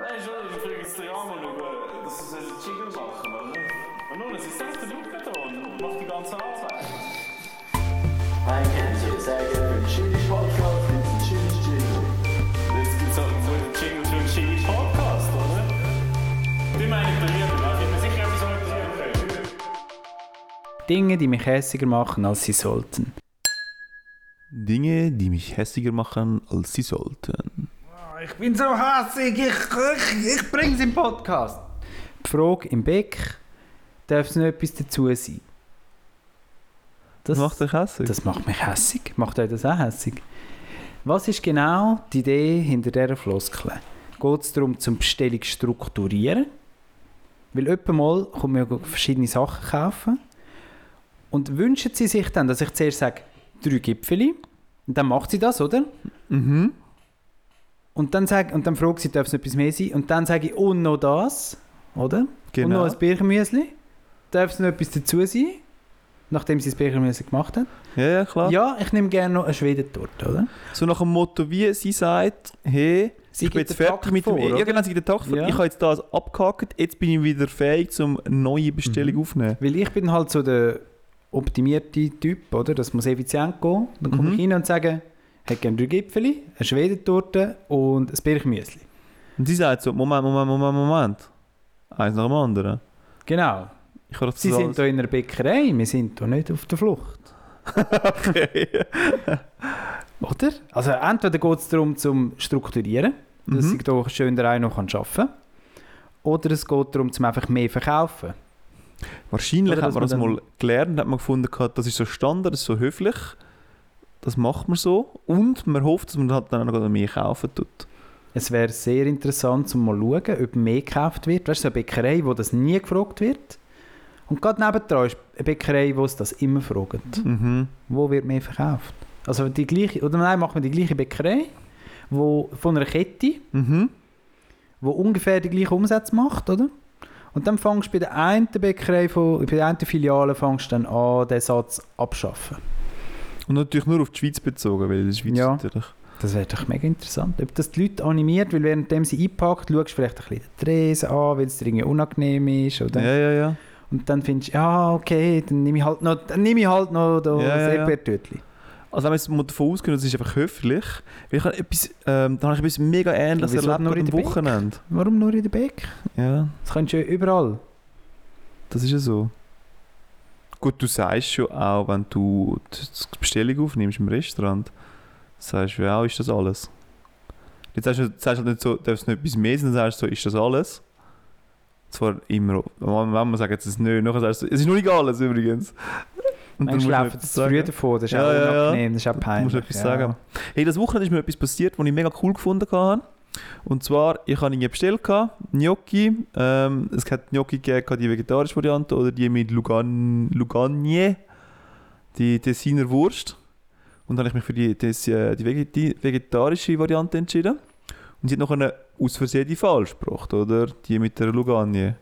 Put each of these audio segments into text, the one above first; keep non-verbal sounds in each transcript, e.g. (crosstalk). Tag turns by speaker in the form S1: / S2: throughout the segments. S1: Nein, schon, ich bringe jetzt den Rahmen über. Das ist ein Jingle machen, oder? ne? Und nun, es ist selbst der Luke da und macht die ganze Arbeit.
S2: Ein Kenntnis, sehr gerne. Schönes Podcast mit einem schönen Jingle.
S1: Jetzt gibt es halt so einen Jingle für einen Jingle Podcast, oder? Die meine ich bei mir, da wird mir sicher etwas anderes einfallen.
S3: Dinge, die mich hässiger machen, als sie sollten.
S4: Dinge, die mich hässiger machen, als sie sollten.
S3: Ich bin so hassig, ich, ich, ich bring's im Podcast. Die Frage im Beck, darf es noch etwas dazu sein?
S4: Das macht dich hässig.
S3: das macht mich hässig. Macht euch das auch hässig? Was ist genau die Idee hinter dieser Floskel? Geht es darum, zum Bestellung strukturieren? Weil etwa mal kommt man ja verschiedene Sachen kaufen und wünschen sie sich dann, dass ich zuerst sage, drei Gipfeli und dann macht sie das, oder?
S4: Mhm.
S3: Und dann, sag, und dann fragt sie, darf es etwas mehr sein? Und dann sage ich, und noch das, oder? Und
S4: Genau.
S3: noch ein Birchenmüsli. Darf es noch etwas dazu sein? Nachdem sie das Birchenmüsli gemacht hat.
S4: Ja, ja, klar.
S3: Ja, ich nehme gerne noch eine Schwedentorte, oder?
S4: So nach dem Motto, wie sie sagt, hey,
S3: Sie
S4: ich bin
S3: gibt
S4: jetzt
S3: den
S4: fertig
S3: Takt
S4: mit
S3: vor,
S4: dem...
S3: oder?
S4: Ja, genau, sie gibt den Takt vor.
S3: Ja.
S4: Ich habe jetzt das abgehakt, jetzt bin ich wieder fähig, zum neue
S3: Mhm.
S4: Bestellung aufnehmen.
S3: Weil ich bin halt so der optimierte Typ, oder? Das muss effizient gehen. Dann komme
S4: Mhm.
S3: ich hin und sage, ich hätte gerne drei Gipfeli, eine Schwedentorte und ein Birchenmüsli.
S4: Und sie sagt so, Moment, Moment, Moment, Moment. Eins nach dem anderen.
S3: Genau.
S4: Ich habe das
S3: Sie sind
S4: alles...
S3: hier in einer Bäckerei, wir sind hier nicht auf der Flucht.
S4: (laughs) okay.
S3: Oder? Also entweder geht es darum, zum Strukturieren, dass
S4: Mhm.
S3: ich hier schön der noch arbeiten kann. Oder es geht darum, zum einfach mehr verkaufen.
S4: Wahrscheinlich
S3: Oder
S4: hat
S3: dass
S4: man das
S3: man dann-
S4: mal gelernt, hat man gefunden, gehabt, das ist so Standard, das ist so höflich, das macht man so und man hofft, dass man halt dann auch noch mehr kaufen tut.
S3: Es wäre sehr interessant, um mal zu schauen, ob mehr gekauft wird. Weißt du, so eine Bäckerei, wo das nie gefragt wird. Und gerade nebendran ist eine Bäckerei, wo es das immer fragt.
S4: Mhm.
S3: Wo wird mehr verkauft? Also die gleiche, oder nein, machen wir die gleiche Bäckerei, wo, von einer Kette,
S4: Mhm.
S3: wo ungefähr die gleichen Umsätze macht, oder? Und dann fängst du bei der einen Bäckerei, von, bei der einen Filiale fängst du dann an, den Satz abschaffen.
S4: Und natürlich nur auf die Schweiz bezogen, weil in der Schweiz
S3: Ja.
S4: natürlich.
S3: Das wäre doch mega interessant. Ob das die Leute animiert, weil währenddem sie einpackt, schaust du vielleicht ein bisschen den Tresen an, weil es dir irgendwie unangenehm ist. Oder?
S4: Ja, ja, ja.
S3: Und dann findest du, ja, okay, dann nehme ich halt noch, dann nehme ich halt noch da
S4: Ja, ja,
S3: das
S4: ja.
S3: Erdbeertütli.
S4: Also wenn wir jetzt mal davon ausgehen, das ist einfach höflich, weil ich habe etwas, ähm, da habe ich etwas mega ähnliches
S3: Wieso
S4: erlebt
S3: nur
S4: nur
S3: in
S4: am
S3: der Bank?
S4: Wochenende.
S3: Warum nur in der Bäck?
S4: Ja,
S3: Das könntest du ja überall.
S4: das ist ja so. Gut, du sagst schon auch, wenn du die Bestellung aufnimmst im Restaurant, sagst du, ja, ist das alles? Jetzt sagst du sagst halt nicht so, darfst du nicht etwas mehr sein, dann sagst du so, ist das alles? Zwar immer, wenn man sagt, jetzt ist es nicht, nachher sagst du, es ist nur nicht alles übrigens. Und
S3: Dann
S4: musst du
S3: schlafen
S4: etwas
S3: zu früh
S4: sagen.
S3: davon, das ist
S4: Ja,
S3: auch
S4: ja, ja.
S3: unangenehm, das ist auch peinlich.
S4: Du musst
S3: ja.
S4: etwas sagen. Hey, das Wochenende ist mir etwas passiert, was ich mega cool gefunden habe. Und zwar, ich habe irgendwie bestellt, gehabt, Gnocchi. Ähm, es hat Gnocchi gegeben, die vegetarische Variante oder die mit Lugan Lugagne, die Tessiner Wurst. Und dann habe ich mich für die, Tess- äh, die vegeti- vegetarische Variante entschieden. Und sie hat noch eine aus Versehen die falsch gebracht, oder? Die mit der Lugagne.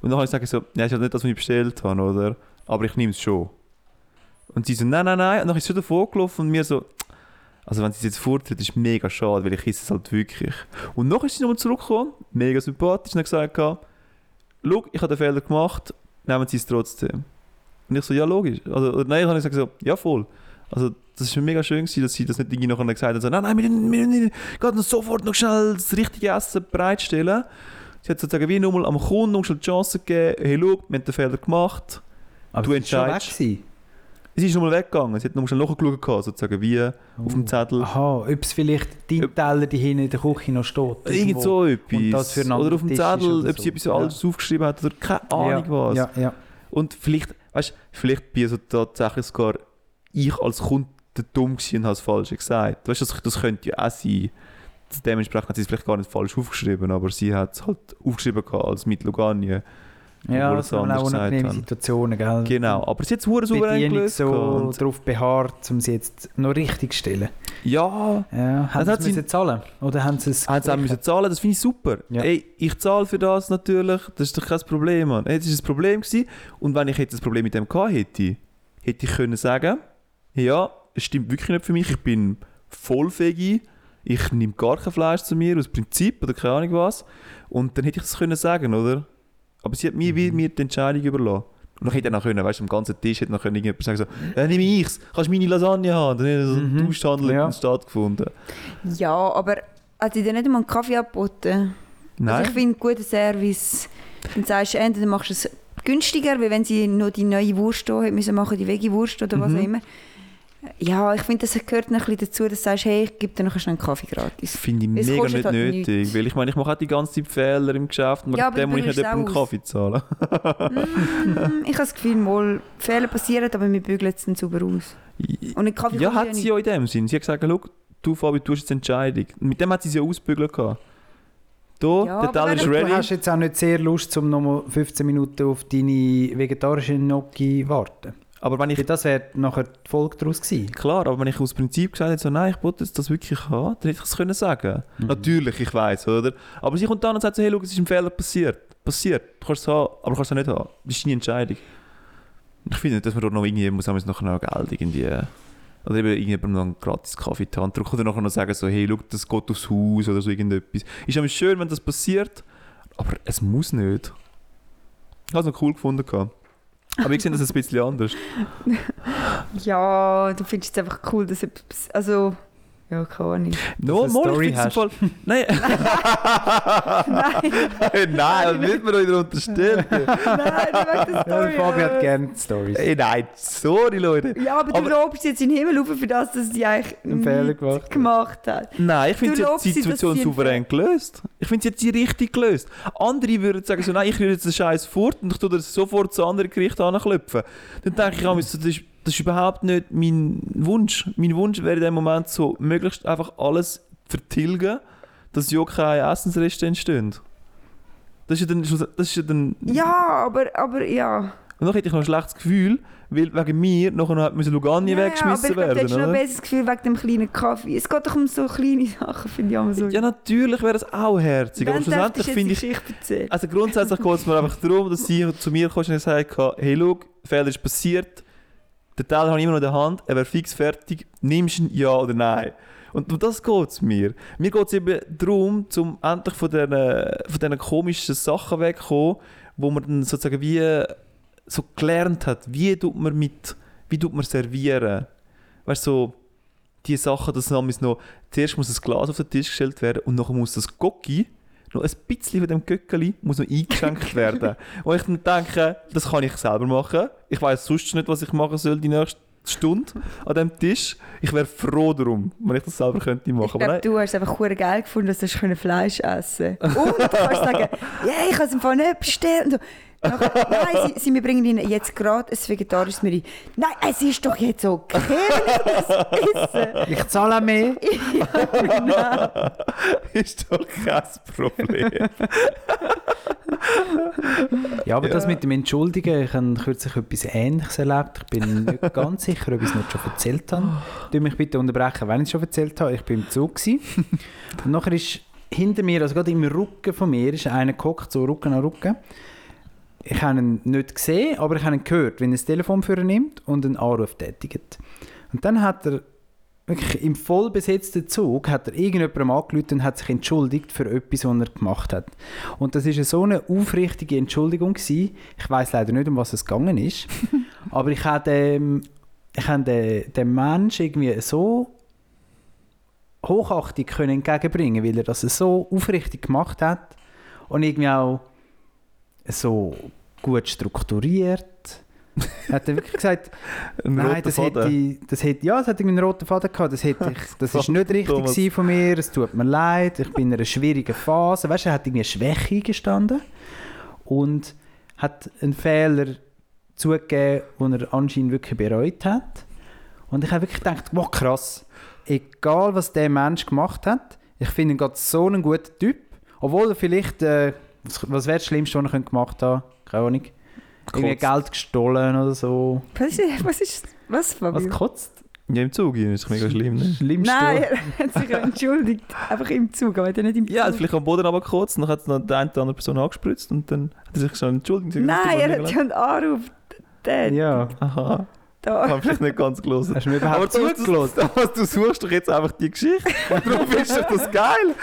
S4: Und dann habe ich gesagt, so, nein, ist halt nicht das, was ich bestellt habe, oder? Aber ich nehme es schon. Und sie so, nein, nein, nein. Und dann ist sie schon davor gelaufen und mir so, also wenn sie es jetzt vortritt, ist mega schade, weil ich esse es halt wirklich. Und noch ist sie nochmal zurückgekommen, mega sympathisch, und hat gesagt, schau, ich habe den Fehler gemacht, nehmen Sie es trotzdem. Und ich so, ja logisch. Also, oder nein, ich habe gesagt, so, ja voll. Also das ist mir mega schön gewesen, dass sie das nicht irgendwie nachher gesagt hat, so, nein, nein, wir müssen, wir müssen gerade noch sofort noch schnell das richtige Essen bereitstellen. Sie hat sozusagen wie nochmal am Kunden noch schnell die Chance gegeben, hey, schau, wir haben den Fehler gemacht.
S3: Aber
S4: Du
S3: es ist schon weg
S4: entscheidest.
S3: gewesen.
S4: Sie ist nochmal weggegangen, sie hat nochmal schnell nachgeschaut, gehabt, sozusagen, wie auf dem Zettel.
S3: Aha, ob es vielleicht dein
S4: Ob-
S3: Teller, die hinten in der Küche noch steht.
S4: Irgend so etwas.
S3: Und das für einen
S4: oder
S3: anderen
S4: auf dem
S3: Tisch ist
S4: Zettel,
S3: oder
S4: ob sie
S3: so.
S4: etwas
S3: Ja.
S4: alles aufgeschrieben hat oder keine Ahnung
S3: ja,
S4: was.
S3: Ja, ja.
S4: Und vielleicht, weißt vielleicht bin so tatsächlich sogar ich als Kunde dumm gewesen und habe es falsch gesagt. Weißt du, das, das könnte ja auch sein. Dementsprechend hat sie es vielleicht gar nicht falsch aufgeschrieben, aber sie hat es halt aufgeschrieben gehabt als mit Luganien.
S3: Ja,
S4: Obwohl
S3: das
S4: es
S3: sind
S4: anders
S3: auch
S4: gesagt
S3: unangenehme
S4: haben.
S3: Situationen, gell?
S4: Genau, aber sie hat es hure souverän
S3: Bedienung
S4: gelöst.
S3: so
S4: gehabt.
S3: darauf beharrt, um sie jetzt noch richtig zu stellen.
S4: Ja,
S3: Ja, haben
S4: Also
S3: sie
S4: hat
S3: es
S4: sie-
S3: müssen zahlen? Oder haben sie es
S4: Haben sie auch
S3: gestrichen?
S4: müssen zahlen, das finde ich super.
S3: Ja.
S4: Ey, ich zahle für das natürlich, das ist doch kein Problem, Mann. Ey, das ist ein Problem gewesen. Und wenn ich jetzt ein Problem mit dem gehabt hätte, hätte ich können sagen, ja, es stimmt wirklich nicht für mich, ich bin voll fegi, ich nehme gar kein Fleisch zu mir, aus Prinzip oder keine Ahnung was. Und dann hätte ich das können sagen, oder? Aber sie hat mir, wie
S3: Mhm.
S4: mir die Entscheidung überlassen. Und dann hätte er noch können, weißt du, am ganzen Tisch hätte noch können irgendjemand sagen so, dann nehme ich's, kannst meine Lasagne haben. Dann hätte so ein
S3: Mhm.
S4: Tauschhandel
S3: Ja. Also
S4: ja. stattgefunden.
S5: Ja, aber hat sie dir nicht einmal einen Kaffee angeboten? Also
S4: Nein,
S5: ich finde, guter Service. Dann sagst du, entweder machst du es günstiger, wie wenn sie noch die neue Wurst hier hätte müssen machen, die Veggie-Wurst oder
S4: Mhm.
S5: was auch immer. Ja, ich finde, das gehört noch ein bisschen dazu, dass du sagst, hey, ich gebe dir noch schnell einen Kaffee
S4: (laughs)
S5: gratis.
S4: finde ich
S5: Es
S4: mega
S5: kostet
S4: nicht
S5: halt
S4: nötig.
S5: nichts.
S4: Weil ich meine, ich mache auch die ganze Zeit Fehler im Geschäft und
S5: Ja,
S4: ja,
S5: aber
S4: dem
S5: du
S4: muss ich nicht
S5: bügelst
S4: jemandem
S5: auch aus.
S4: Kaffee zahlen.
S5: Hm, ich habe das Gefühl, mal Fehler passieren, aber wir bügeln es dann sauber aus. Und einen (laughs) Kaffee
S4: Ja,
S5: kostet
S4: hat sie ja in dem Sinn. Sie hat gesagt, schau, du Fabi, du hast jetzt die Entscheidung. Mit dem hat sie sie ja ausbügeln gehabt. Da,
S5: Ja,
S4: der Teller
S5: aber
S4: ist
S5: wenn
S3: Du
S4: ready.
S3: hast jetzt auch nicht sehr Lust, um nochmal 15 Minuten auf deine vegetarische Gnocchi zu warten.
S4: Aber wenn ich,
S3: Weil das wäre nachher die Folge daraus gewesen.
S4: klar, aber wenn ich aus Prinzip gesagt hätte, so, nein, ich wollte jetzt das wirklich haben, dann hätte ich es können sagen. Natürlich, ich weiß, oder? Aber sie kommt dann und sagt so, hey, schau, es ist ein Fehler passiert. Passiert. Du kannst es haben, aber du kannst es auch nicht haben. Das ist deine Entscheidung. Ich finde nicht, dass man dort noch irgendwie, muss man jetzt nachher noch Geld irgendwie... äh, Oder eben irgendjemandem noch einen gratis Kaffee in die Hand drücken oder nachher noch sagen so, hey, schau, das geht aufs Haus oder so irgendetwas. Ist aber schön, wenn das passiert, aber es muss nicht. Ich habe es noch cool gefunden. gehabt. Aber ich sehe das ein bisschen anders.
S5: Ja, du findest es einfach cool, dass etwas, also, ja,
S4: (laughs)
S5: keine Ahnung.
S4: No,
S3: eine
S4: mal,
S3: Story
S4: ich finde
S3: hast.
S4: es voll... Nein! (laughs) Nein! Nein, das wird mir noch wieder (laughs) unterstellt.
S5: Nein, du
S4: Ah,
S5: möchtest das
S3: Ja, der
S5: Story,
S3: Fabi hat
S4: halt
S5: aber-
S3: gerne Stories.
S4: Ey, nein, sorry, Leute.
S5: (laughs) Ja, aber,
S4: Aber-
S5: du lobst jetzt in den Himmel rauf, für das, dass sie eigentlich
S3: Einen Fehler
S5: nichts
S3: gemacht hat.
S5: gemacht hat.
S4: Nein, ich finde,
S5: Du
S4: sie hat
S5: lobst
S4: die
S5: sie, dass
S4: Situation
S5: sie einen
S4: souverän gelöst. Ich finde, sie hat sie richtig gelöst. Andere würden sagen so, nein, ich rühre jetzt den Scheiß fort und ich tue das sofort zu anderen Gerichten anklopfen. Dann denke ich auch, das ist, das ist überhaupt nicht mein Wunsch. Mein Wunsch wäre in dem Moment so, möglichst einfach alles vertilgen, dass ja keine Essensreste entstehen. Das ist ja dann... schlussend- Das ist ja dann
S5: Ja, aber, aber ja.
S4: Und dann hätte ich noch ein schlechtes Gefühl, weil wegen mir nachher noch müssen Lugani
S5: ja, aber
S4: weggeschmissen
S5: ich glaub, du
S4: werden,
S5: hättest noch ein
S4: oder?
S5: besseres Gefühl wegen dem kleinen Kaffee. Es geht doch um so kleine Sachen, finde ich immer so.
S4: Ja, natürlich wäre das auch herzig, aber
S5: Wenn darfst du
S4: schlussendlich
S5: jetzt
S4: finde
S5: die
S4: ich...
S5: Geschichte erzählen.
S4: Also grundsätzlich geht es mir einfach darum, dass sie zu mir kam und gesagt hat, hey, schau, Fehler ist passiert, den Teil habe ich immer noch in der Hand, er wäre fix fertig, nimmst du ihn, ja oder nein? Und um das geht es mir. Mir geht es eben darum, zum endlich von diesen, von diesen komischen Sachen wegzukommen, wo man dann sozusagen wie so gelernt hat, wie tut man mit, wie tut man servieren. Weißt du, so, die Sachen, dass namens noch, zuerst muss das Glas auf den Tisch gestellt werden und nachher muss das Gocki, noch ein bisschen von dem Göckeli, muss noch eingeschenkt
S3: (laughs)
S4: werden. Und ich dann denke, das kann ich selber machen. Ich weiß sonst nicht, was ich machen soll die nächste Stunde an diesem Tisch. Ich wäre froh darum, wenn ich das selber könnte machen.
S5: ich
S4: Aber nein.
S5: glaube, du hast es einfach hure geil gefunden, dass du hast können
S4: (laughs)
S5: Fleisch essen Und du kannst sagen, ja, ich habe es im Fall nicht bestellt. Und so. Nachher, Nein, sie, sie, wir bringen Ihnen jetzt gerade ein vegetarisches Menü. Nein, es ist doch jetzt
S4: (laughs)
S5: okay, wenn ich das esse.
S3: Ich zahle mehr.
S4: (laughs) ist doch kein
S3: (laughs)
S4: Problem.
S3: Ja, aber das mit dem Entschuldigen, ich habe kürzlich etwas Ähnliches erlebt. Ich bin nicht ganz sicher, ob ich es nicht schon erzählt habe. Du mich bitte unterbrechen, wenn ich es schon erzählt habe. Ich bin im Zug. gewesen. Und nachher ist hinter mir, also gerade im Rücken von mir, ist einer gehockt, so Rücken an Rücken. Ich habe ihn nicht gesehen, aber ich habe ihn gehört, wenn er das Telefon für ihn nimmt und einen Anruf tätigt. Und dann hat er wirklich im vollbesetzten Zug hat er irgendjemandem angerufen und hat sich entschuldigt für etwas, was er gemacht hat. Und das ist so eine aufrichtige Entschuldigung gewesen. Ich weiß leider nicht, um was es gegangen ist, aber ich habe dem, ich habe den, dem Menschen irgendwie so Hochachtung können entgegenbringen, weil er das so aufrichtig gemacht hat und irgendwie auch so gut strukturiert. Er hat dann wirklich gesagt,
S4: Ein roter
S3: Nein, das
S4: Faden.
S3: hätte, ich- das hätte, ja, es hätte irgendwie einen roten Faden gehabt. Das, hätte
S4: (laughs)
S3: ich, das ist nicht richtig
S4: Thomas.
S3: gewesen von mir. Es tut mir leid. Ich bin in einer schwierigen Phase. Weißt du, er hat irgendwie eine Schwäche gestanden und hat einen Fehler zugegeben, den er anscheinend wirklich bereut hat. Und ich habe wirklich gedacht, wow, krass. Egal, was der Mensch gemacht hat, ich finde ihn gerade so einen guten Typ. Obwohl er vielleicht, äh, was, was wäre das Schlimmste, was er gemacht haben könnte? Keine Ahnung. Irgendwie
S4: Kotzt.
S3: Geld gestohlen oder so.
S5: Was ist, was ist, was,
S3: Was
S5: Fabio?
S3: kotzt?
S4: Ja, im Zug rein, ist doch mega schlimm. Ne?
S3: Schlimmste.
S5: Nein, er hat sich ja entschuldigt. Einfach im Zug, aber er hat ja nicht im Zug.
S4: Ja, er hat vielleicht am Boden aber kurz, dann hat es noch die eine oder andere Person angespritzt und dann hat er sich schon entschuldigt. und gesagt,
S5: Nein,
S4: das tut mir
S5: er hat
S4: mega
S5: ja einen Anruf. Der,
S3: Ja.
S4: leid. Aha.
S5: da.
S4: Habe ich nicht ganz gelesen. (laughs)
S3: Hast du mir überhaupt zugelassen?
S4: Du, du suchst doch jetzt einfach die (laughs) Geschichte. Darum findest du das geil.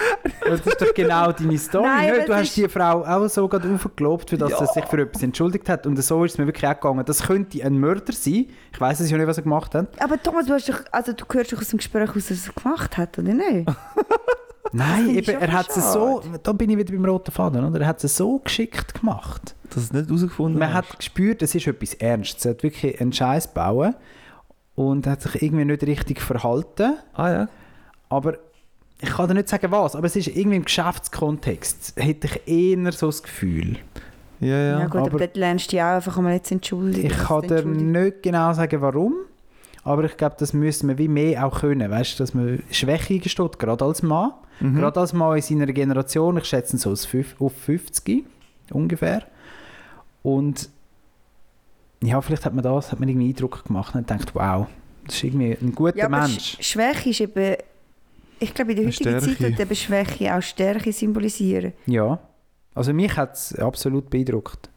S3: Das ist doch genau
S5: (laughs)
S3: deine Story.
S5: Nein,
S3: nicht?
S5: aber
S3: Du
S5: es
S3: hast
S5: ist-
S3: die Frau auch so gerade aufgelobt, für das sie sich für etwas entschuldigt hat. Und so ist es mir wirklich auch gegangen. Das könnte ein Mörder sein. Ich weiß es ja nicht, was er gemacht hat.
S5: Aber Thomas, du, hast doch, also, du hörst doch aus dem Gespräch aus, was er so gemacht hat, oder nicht?
S3: Nein,
S5: finde ich
S3: eben,
S5: schon
S3: er hat es
S5: schade.
S3: so, da bin ich wieder beim roten Faden, oder? Er hat es so geschickt gemacht.
S4: Das ist nicht herausgefunden.
S3: Man hat gespürt, es ist etwas Ernstes. Er hat wirklich einen Scheiß bauen und hat sich irgendwie nicht richtig verhalten.
S4: Ah ja.
S3: Aber ich kann dir nicht sagen, was, aber es ist irgendwie im Geschäftskontext, hätte ich eher so das Gefühl.
S4: Ja,
S5: Ja,
S4: ja.
S5: gut, aber,
S3: aber-
S5: dort lernst du ja auch einfach mal jetzt entschuldigen.
S3: Ich kann dir nicht genau sagen, warum, aber ich glaube, das müssen wir wie mehr auch können, weißt du, dass man Schwäche eingesteht, gerade als Mann. Gerade als Mann in seiner Generation, ich schätze ihn so als fünf- auf 50 ungefähr. Und ja, vielleicht hat man das, hat man irgendwie Eindruck gemacht und denkt, wow, das ist irgendwie ein guter
S5: ja, aber
S3: Mensch.
S5: Sch Schwäche ist eben, ich glaube, in der
S4: Eine
S5: heutigen Zeit
S4: Stärke.
S5: wird eben Schwäche auch Stärke symbolisieren.
S3: Ja. Also mich hat es absolut beeindruckt.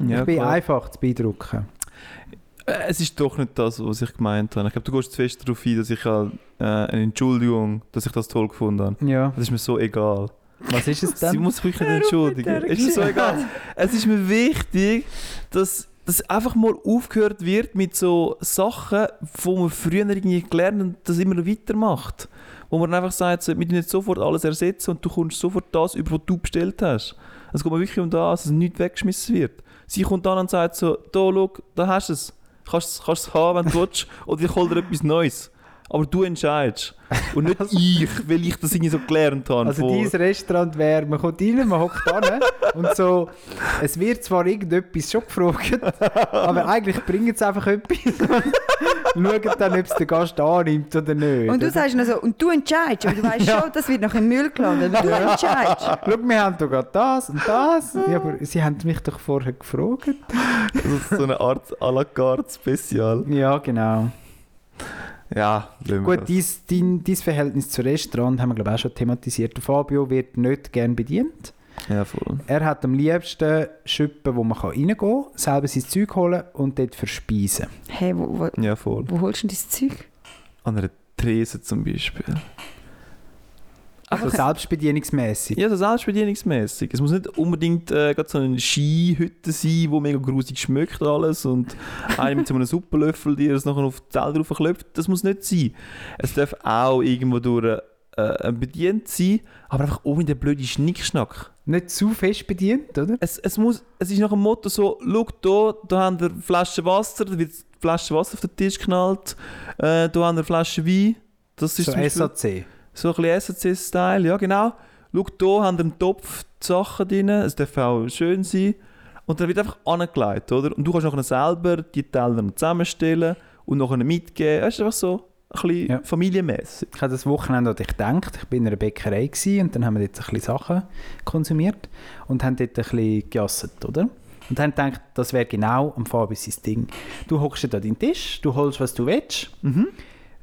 S4: ja
S3: ich bin
S4: klar.
S3: einfach zu beeindrucken.
S4: Äh, Es ist doch nicht das, was ich gemeint habe. Ich glaube, du gehst zu fest darauf ein, dass ich halt, äh, eine Entschuldigung, dass ich das toll gefunden habe.
S3: Ja.
S4: Das ist mir so egal.
S3: Was ist
S4: (laughs)
S3: es
S4: Sie
S3: denn?
S4: muss sich wirklich nicht
S5: Hör auf
S4: entschuldigen.
S5: mit der
S4: Es ist mir so
S5: Geschichte.
S4: egal. Es ist mir wichtig, dass, dass einfach mal aufgehört wird mit so Sachen, wo man früher irgendwie gelernt hat und das immer noch weitermacht. Wo man einfach sagt, so, wir tun jetzt sofort alles ersetzen und du kommst sofort das über, was du bestellt hast. Es geht mir wirklich um das, dass nichts weggeschmissen wird. Sie kommt an und sagt so, da, schau, da hast du es. Kannst kannst es haben, wenn du willst. Oder ich hole dir etwas Neues. Aber du entscheidest. Und nicht ich, weil ich das irgendwie so gelernt habe.
S3: Also
S4: von-
S3: dein Restaurant wäre, man kommt rein, man hockt an und so, es wird zwar irgendetwas schon gefragt, aber eigentlich bringt es einfach etwas (laughs) und schaut dann, ob es der Gast annimmt oder nicht. Also,
S5: Und du
S3: oder?
S5: sagst noch so, und du entscheidest, aber du weißt schon, das wird noch im Müll gelandet. Du entscheidest.
S3: Schau, wir haben doch gerade das und das. Ja, aber sie haben mich doch vorher gefragt.
S4: Also so eine Art à la carte Spezial.
S3: Ja, genau.
S4: Ja, lassen wir
S3: Gut, dies, dein, dein Verhältnis zu Restaurant haben wir glaube ich auch schon thematisiert. Der Fabio wird nicht gern bedient.
S4: das. Ja, voll.
S3: Er hat am liebsten Schippen, wo man kann reingehen kann, selber sein Zeug holen und dort verspeisen.
S5: Hey, wo, wo,
S4: Ja, voll.
S5: wo holst du denn dein Zeug?
S4: An einer Trese zum Beispiel.
S3: Also selbstbedienungsmässig.
S4: Ja, so selbstbedienungsmässig. Es muss nicht unbedingt äh, gerade so eine Skihütte sein, wo mega grusig schmeckt alles und einer mit so einem Suppenlöffel, der es nachher auf die Teller raufklopft. Das muss nicht sein. Es darf auch irgendwo durch äh, bedient sein, aber einfach ohne den blöden Schnickschnack.
S3: Nicht zu fest bedient, oder?
S4: Es, es, muss, es ist nach dem Motto so, schau da, da haben wir eine Flasche Wasser, da wird die Flasche Wasser auf den Tisch geknallt, äh, da haben wir eine Flasche Wein, das ist
S3: So
S4: zum Beispiel
S3: SAC.
S4: so ein bisschen SAC-Style, ja genau. Schau da, haben wir einen Topf die Sachen drin, es darf auch schön sein und dann wird einfach angelegt, oder? Und du kannst nachher selber die Teller noch zusammenstellen und nachher mitgeben, es ist einfach so ein bisschen
S3: Ja.
S4: familienmässig.
S3: Ich habe das Wochenende an dich gedacht. Ich war in einer Bäckerei gewesen, und dann haben wir dort ein bisschen Sachen konsumiert und haben dort ein bisschen gejasset, oder? Und haben gedacht, das wäre genau am Fabi sein Ding. Du hockst dir an deinen Tisch, du holst, was du willst,
S4: Mhm.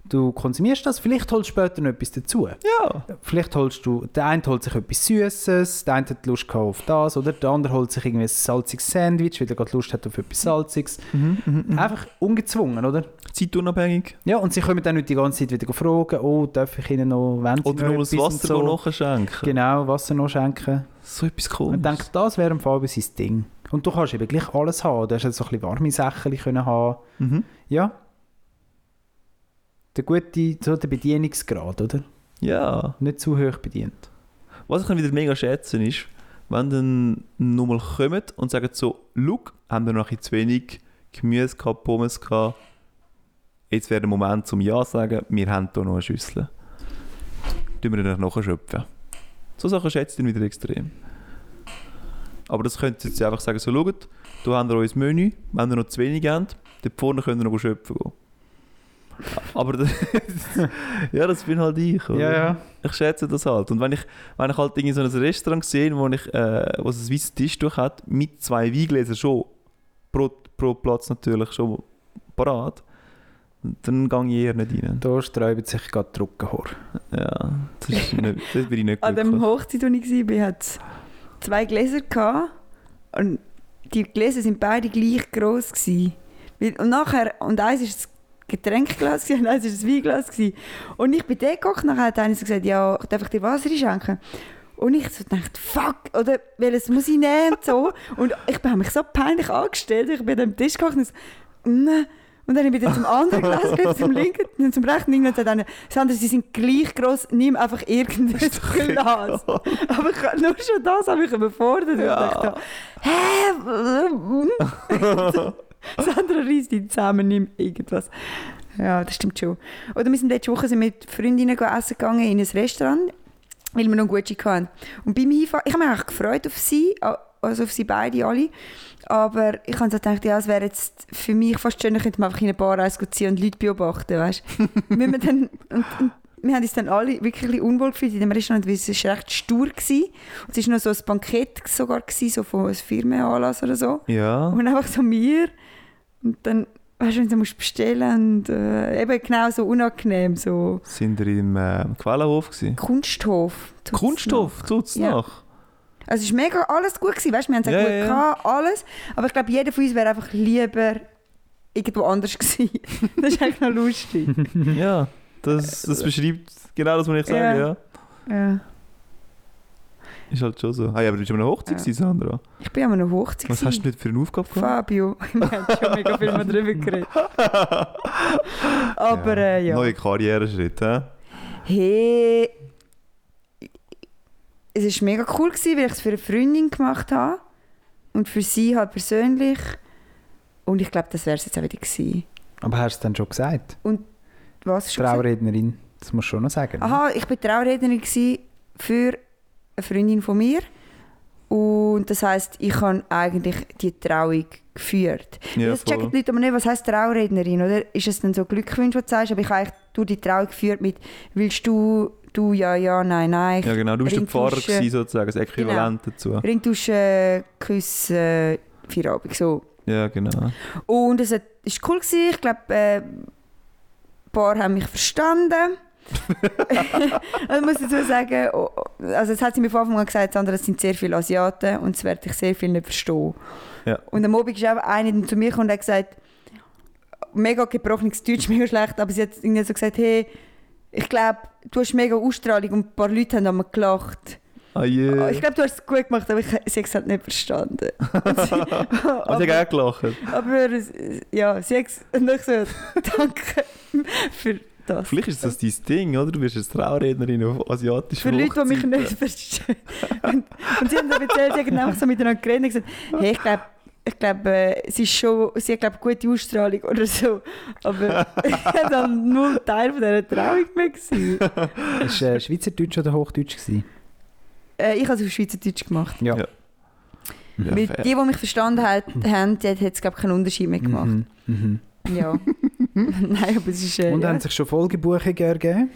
S3: du konsumierst das, vielleicht holst du später noch etwas dazu.
S4: Ja,
S3: Vielleicht holst du, der eine holt sich etwas Süßes, der eine hat Lust gehabt auf das, oder der andere holt sich irgendwie ein salziges Sandwich, weil er gerade Lust hat auf etwas Salziges. Einfach ungezwungen, oder?
S4: zeitunabhängig.
S3: Ja, und sie können dann nicht die ganze Zeit wieder fragen, oh, darf ich ihnen noch, wenn sie
S4: Oder
S3: noch
S4: nur das
S3: etwas und
S4: Wasser
S3: so.
S4: so. nachher schenken.
S3: Genau, Wasser noch schenken.
S4: So etwas komisch.
S3: Und denkt, das wäre am Fabi sein Ding. Und du kannst eben gleich alles haben. Du hast jetzt so ein bisschen warme Sachen können haben.
S4: Mhm.
S3: Ja. Der gute, so der Bedienungsgrad, oder?
S4: Ja.
S3: Nicht zu hoch bedient.
S4: Was ich dann wieder mega schätzen ist, wenn dann nochmal kommen und sagen so, «Look, haben wir noch ein bisschen zu wenig Gemüse gehabt, Pommes gehabt. Jetzt wäre der Moment zum Ja sagen, wir haben hier noch eine Schüssel. Tun wir dann nachher schöpfen.» So Sachen schätze ich dann wieder extrem. Aber das könnt ihr jetzt einfach sagen, so schaut, hier haben wir euer Menü, wenn ihr noch zu wenig habt, dort vorne könnt ihr noch schöpfen gehen. Aber (laughs) das, ja, das bin halt ich. Oder? ich schätze das halt. Und wenn ich, wenn ich halt irgendwie so ein Restaurant sehe, wo, ich, äh, wo es ein weißes Tischtuch hat, mit zwei Weingläsern schon, pro, pro Platz natürlich schon parat, dann gehe ich eher nicht rein.
S3: Da sträubt sich gerade die Rückenhaar.
S4: Ja, das, ist nicht, das bin ich nicht
S5: (laughs) An dem
S4: glücklich.
S5: Hochzeit, wo ich war, hatte es zwei Gläser gehabt, und die Gläser waren beide gleich gross. Gewesen. Weil, und nachher, und eins ist das Getränkeglas gewesen, und eins ist das Weinglas gewesen. Und ich bin da gekocht, nachher hat einer so gesagt, ja, darf ich dir Wasser einschenken? Und ich so dachte, fuck, oder welches muss ich nehmen? und So. Und ich habe mich so peinlich angestellt, ich bin am Tisch gekocht und so, «Mm.» und dann bin ich wieder zum
S4: (laughs)
S5: anderen Glas gegangen, zum linken, dann zum rechten. Und dann sagt einer, das andere, sie sind gleich gross, nimm einfach irgendein Glas.
S4: egal.
S5: Aber ich, nur schon das habe ich überfordert.
S4: Ja.
S5: Und ich dachte, hä? (laughs) Sandra reißt ihn zusammen, nimm irgendwas. Ja, das stimmt schon. Oder wir sind letzte Woche sind mit Freundinnen go essen gegangen in ein Restaurant, weil wir noch einen Gucci hatten. Und beim Hinfahren, ich habe mich eigentlich gefreut auf sie, a- also auf sie beide, alle. Aber ich habe so gedacht, ja, es wäre jetzt für mich fast schöner, könnte man einfach in eine Bar ziehen und Leute beobachten, weißt du. Wenn wir dann... Und, und, wir haben uns dann alle wirklich ein bisschen unwohl gefühlt in dem Restaurant, weil es ist recht stur war. Und es war noch so ein Bankett sogar, gewesen, so von einem Firmenanlass oder so.
S4: Ja.
S5: Und einfach so mir. Und dann, weißt du, wenn du musst bestellen und äh, eben genau so unangenehm, so
S4: Sind wir im äh, Quellenhof gewesen?
S5: Kunsthof. tut's
S4: Kunststoff, tut's
S5: Ja.
S4: noch.
S5: noch. Also es war mega alles gut, gewesen, weißt du, wir haben es auch
S4: Ja,
S5: gut
S4: ja, ja.
S5: gehabt, alles. Aber ich glaube, jeder von uns wäre einfach lieber irgendwo anders (laughs) gewesen. das ist eigentlich
S4: (laughs)
S5: noch lustig.
S4: Ja, das, das beschreibt genau das, was ich sage,
S5: Ja.
S4: ja.
S5: ja.
S4: Ist halt schon so. Ah ja, aber du bist an einer Hochzeit,
S5: Ja.
S4: gewesen, Sandra.
S5: Ich bin an einer Hochzeit.
S4: Was hast du
S5: gewesen.
S4: nicht für eine Aufgabe gehabt?
S5: Fabio, (laughs) wir haben schon mega viel mal drüber geredet. Aber ja. Äh, ja.
S4: Neue Karriereschritt, hä?
S5: Hey, es war mega cool, gewesen, weil ich es für eine Freundin gemacht habe. Und für sie halt persönlich. Und ich glaube, das wäre es jetzt auch wieder gewesen.
S3: Aber hast du es dann schon gesagt?
S5: Was hast du gesagt?
S3: Traurednerin, das musst du schon noch sagen.
S5: Aha, ich war Traurednerin gewesen für eine Freundin von mir. Und das heisst, ich habe eigentlich die Trauung geführt.
S4: Ja,
S5: das
S4: voll.
S5: checken die Leute aber nicht, was heisst Traurednerin, oder? Ist es denn so Glückwunsch, was du sagst? Aber ich habe eigentlich durch die Trauung geführt mit «Willst du?» «Du, ja, ja, nein, nein». Ich
S4: Ja genau, du bist der Pfarrer
S5: Ringtusche.
S4: gewesen, sozusagen, das Äquivalent
S5: Genau.
S4: dazu.
S5: Ringduschen, Küssen, Feierabend, so.
S4: Ja, genau.
S5: Und es war cool, gewesen. ich glaube, äh, ein paar haben mich verstanden. Also, ich muss dazu sagen, oh, oh, also das hat sie mir von Anfang an gesagt, Sandra, es sind sehr viele Asiaten und das werde ich sehr viel nicht verstehen.
S4: Ja.
S5: Und am Abend ist auch einer dann zu mir gekommen und hat gesagt, mega gebrochenes Deutsch, (laughs) mega schlecht, aber sie hat irgendwie so gesagt, hey, ich glaube, du hast mega Ausstrahlung und ein paar Leute haben an mir gelacht.
S4: Ah je.
S5: Oh,
S4: Yeah.
S5: ich glaube, du hast es gut gemacht, aber ich, sie hat es halt nicht verstanden. (laughs) Und sie-
S4: Ah, sie hat auch gelacht.
S5: aber es- es- ja, sie hat es- und
S4: (laughs)
S5: ich so, danke für das.
S4: Vielleicht ist das dein Ding, oder? Du bist jetzt Traurednerin auf asiatischer
S5: für Leute, die mich
S4: Hochzeiten.
S5: nicht verstehen. Und, und sie haben dann erzählt, sie haben einfach so miteinander geredet und gesagt, hey, ich glaube, ich glaub, äh, sie, ist schon, sie hat glaub, gute Ausstrahlung oder so. Aber (laughs) ich war dann null Teil von dieser Trauung mehr. Gewesen.
S3: Ist äh, Schweizerdeutsch oder Hochdeutsch gewesen?
S5: Äh, ich habe es auf Schweizerdeutsch gemacht.
S3: Ja.
S4: Ja. Ja,
S5: Weil
S4: fair.
S5: die, die mich verstanden hat, haben, die hat es glaub, keinen Unterschied mehr gemacht.
S3: Mhm. Mhm.
S5: Ja. (laughs) Nein, aber es ist... Äh,
S3: Und
S5: ja.
S3: haben sich schon Folgebuchungen gegeben?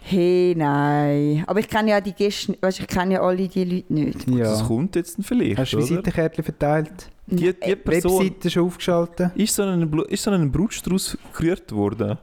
S5: Hey, nein. Aber ich kenne ja die Gäste, weißt, ich kenne ja alle die Leute nicht.
S4: Das
S3: Ja.
S4: kommt jetzt vielleicht,
S3: Hast du
S4: oder?
S3: Visitenkärtchen verteilt?
S4: Die,
S5: äh,
S4: die Person
S3: Webseite schon aufgeschaltet?
S4: ist so ein, Blu- ist so ein Brutstrauß gerührt worden.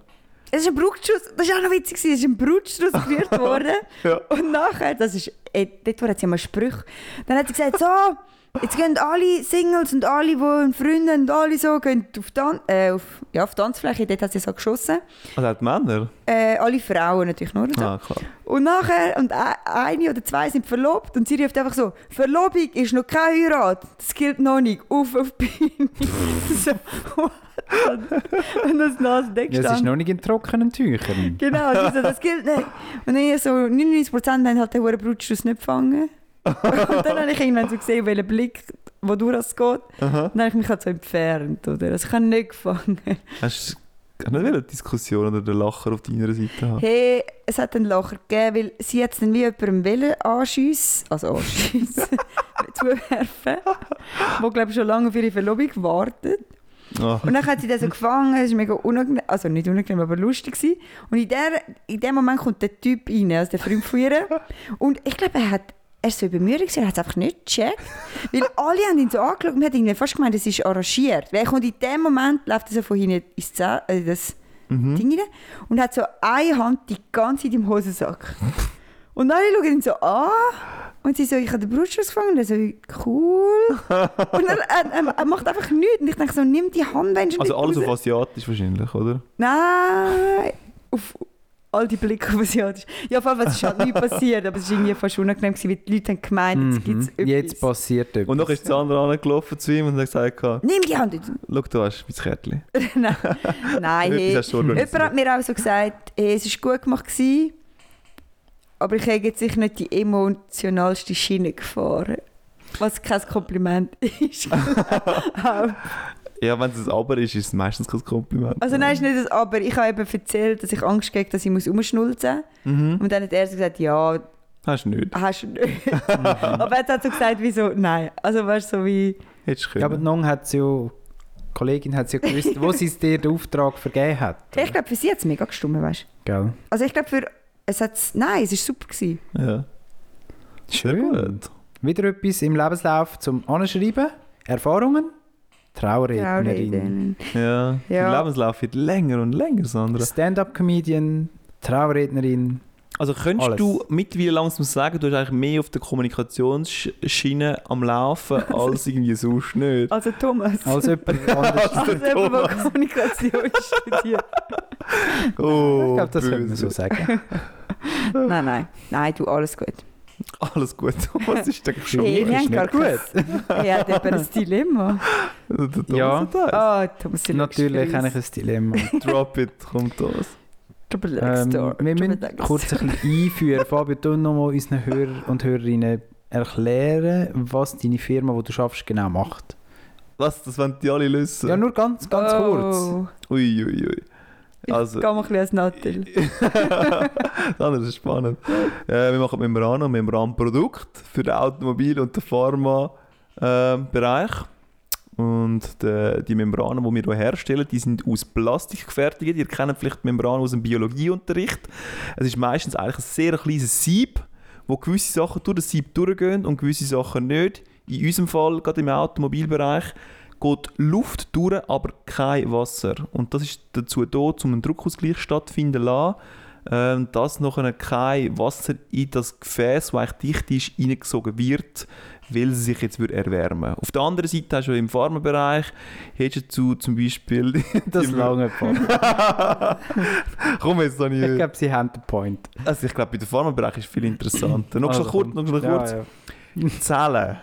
S5: Es ist ein Brutstrauß, das war auch noch witzig, gewesen, es ist ein (laughs) Brutstrauß gerührt worden.
S4: Ja.
S5: Und nachher, das ist, äh, dort hat sie immer Sprüche. Dann hat sie gesagt, so, jetzt gehen alle Singles und alle, die einen Freund haben und alle so, gehen auf, Tan äh, auf, ja, auf die Tanzfläche, dort hat sie so geschossen.
S4: Also hat Männer?
S5: Äh, alle Frauen natürlich nur. Und, so.
S4: Ah, klar.
S5: und nachher, und e- eine oder zwei sind verlobt und sie ruft einfach so, Verlobung ist noch keine Heirat, das gilt noch nicht, auf, auf die Bühne. (laughs) so, what? und das Nase
S3: Ja, es ist noch nicht in trockenen Tüchern.
S5: Genau, sie so, das gilt nicht. Und dann so 99% haben halt den hohen Brutschuss nicht gefangen. Und dann habe ich irgendwann so gesehen, welchen Blick, wo du das geht.
S4: Aha.
S5: Und dann habe ich mich halt so entfernt, oder? Also ich habe ihn nicht gefangen.
S4: Hast du nicht eine Diskussion oder den Lacher auf deiner Seite haben?
S5: Hey, es hat einen Lacher gegeben, weil sie jetzt dann wie jemandem Willen anschiessen, also anschiessen, (laughs) zuwerfen, der glaube ich schon lange auf ihre Verlobung wartet.
S4: Ah.
S5: Und dann hat sie den so gefangen, es war mega unangenehm, also nicht unangenehm, aber lustig gewesen. Und in, der, in dem Moment kommt der Typ rein, also der Freund von ihr. Und ich glaube, er hat er ist so übermüdet, gewesen, er hat es einfach nicht gecheckt. Weil alle haben ihn so angeschaut und man hat irgendwie fast gemeint, es ist arrangiert. Weil er kommt in dem Moment, läuft er so von hinten ins Zelt, äh, das
S4: Mhm.
S5: Ding rein und hat so eine Hand die ganze Zeit im Hosensack. Und alle schauen ihn so an Und sie so, ich habe den Brutschuss gefangen. Und er so, cool. und er, er, er, er macht einfach nichts. Und ich denke so, nimm die Hand, wenn du
S4: Also alles auf
S5: raus-
S4: Asiatisch wahrscheinlich, oder?
S5: Nein. Auf all die Blicke, was sie hat. Ja, vor allem, was ist halt nie passiert. Aber es war irgendwie fast unangenehm, gewesen, weil die Leute haben gemeint, jetzt gibt es
S3: Mhm.
S5: etwas.
S3: Jetzt passiert etwas.
S4: Und dann ist der andere angelaufen zu ihm und hat gesagt, «Schau,
S5: Nimm die Hand (laughs) nicht.
S4: du hast mein Kärtchen.»
S5: Nein, Nein
S4: Etwas
S5: hey.
S4: hast du organisiert.
S5: Jemand hat mir auch so gesagt, hey, es war gut gemacht, gewesen, aber ich habe jetzt sicher nicht die emotionalste Schiene gefahren. Was kein Kompliment
S3: (laughs)
S5: ist. Auch.
S4: Ja, wenn es ein Aber ist, ist es meistens kein Kompliment.
S5: also nein, ist nicht das, aber ich habe eben erzählt, dass ich Angst hatte, dass ich muss umschnulzen muss.
S4: Mhm.
S5: Und dann hat er so gesagt, ja,
S4: Hast du nicht.
S5: hast du nicht.
S3: Mhm.
S5: aber er hat so gesagt, wieso, nein. Also weißt du, so wie,
S4: Hättest du können.
S3: ja, aber die Nong hat ja, die Kollegin hat ja gewusst, wo sie es dir den Auftrag vergeben hat.
S5: ich glaube, für sie hat es mega gestummt, weißt du.
S3: Gell?
S5: Also ich glaube, für, es hat, nein, es war super. Gewesen.
S4: Ja.
S3: Schön. Wieder etwas im Lebenslauf zum Anschreiben. Erfahrungen. Trauerrednerin.
S5: Trauerreden.
S4: Ja.
S5: Ja.
S4: Der Lebenslauf wird länger und länger, Sandra.
S3: Stand-up-Comedian, Trauerrednerin.
S4: Also könntest
S3: Alles.
S4: du mittlerweile langsam sagen, du hast eigentlich mehr auf der Kommunikationsschiene am (laughs) Laufen als irgendwie sonst nicht.
S5: Also Thomas.
S3: Als jemand anderes.
S5: Also jemand, der Kommunikation studiert.
S3: ich
S4: Oh,
S3: glaube, das könnte man
S4: böse.
S3: so sagen.
S5: nein, nein. Nein, du, alles gut.
S4: Alles gut. (laughs) Was ist denn schon?
S5: Hey, wir
S3: ist
S5: haben gar
S3: nicht gut.
S5: (laughs) Er hat eben ein Dilemma.
S4: Also, Der Thomas
S3: Ja.
S4: hat das.
S5: Ah, Thomas, du
S3: Natürlich habe ich
S5: ein
S3: ein Dilemma.
S4: Drop it, kommt das.
S3: Ähm,
S5: Trouble
S3: wir müssen kurz ein bisschen einführen. Fabio, du noch mal unseren Hörer und Hörerinnen erklären, was deine Firma, die du schaffst, genau macht.
S4: Was, das wollen die alle lösen?
S3: Ja, nur ganz, ganz kurz.
S4: Ui, ui, ui. Also,
S5: Ich gehe Oh, mal ein bisschen als Nattel.
S4: (laughs) das ist spannend. Äh, wir machen Membran und Membranprodukt für den Automobil- und den Pharma-Bereich. und der- die Membranen, die wir hier herstellen, die sind aus Plastik gefertigt. Ihr kennt vielleicht die Membranen aus dem Biologieunterricht. Es ist meistens eigentlich ein sehr kleines Sieb, wo gewisse Sachen durch das Sieb durchgehen und gewisse Sachen nicht. In unserem Fall, gerade im Automobilbereich, geht Luft durch, aber kein Wasser. Und das ist dazu da, um einen Druckausgleich stattfinden zu lassen, ähm, dass nachher kein Wasser in das Gefäß, das eigentlich dicht ist, hineingesogen wird, weil sie sich jetzt würde erwärmen Auf der anderen Seite hast du im Pharmabereich, hättest du zum Beispiel...
S3: (laughs)
S4: (laughs)
S3: Das lange Fabio.
S4: Komm jetzt, Daniel.
S3: Ich glaube, sie haben den Point.
S4: Also ich glaube, bei der Pharmabereich ist viel interessanter. Noch schnell
S3: Also,
S4: kurz, noch schnell
S3: ja,
S4: kurz.
S3: ja.
S4: Zellen.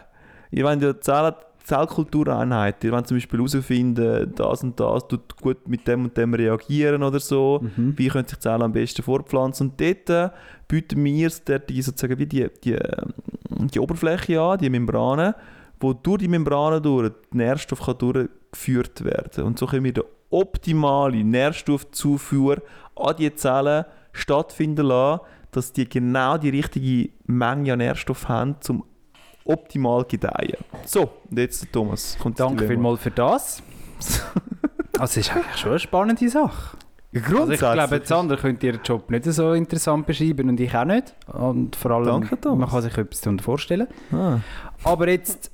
S4: Ihr wollt ja Zellen, Zellkultureinheit. Ihr wollt zum Beispiel herausfinden, das und das tut gut mit dem und dem reagieren oder so.
S3: Mhm.
S4: Wie können sich Zellen am besten fortpflanzen? Und dort äh, bieten wir es dort die, sozusagen wie die, die, äh, die Oberfläche an, die Membranen, wo durch die Membranen durch die Nährstoff kann durchgeführt werden Und so können wir den optimalen Nährstoffzufuhr an die Zellen stattfinden lassen, dass die genau die richtige Menge an Nährstoff haben, um optimal gedeihen. So, und jetzt der Thomas. Kommt das
S3: Danke
S4: Dilemma.
S3: vielmals für
S4: (laughs)
S3: das. Also, es ist eigentlich schon eine spannende Sache. Also ich
S4: Grundsätzlich.
S3: glaube, jetzt andere könnt ihren Job nicht so interessant beschreiben und ich auch nicht. Und vor allem,
S4: Danke, Thomas.
S3: man kann sich etwas darunter vorstellen.
S4: Ah.
S3: Aber jetzt,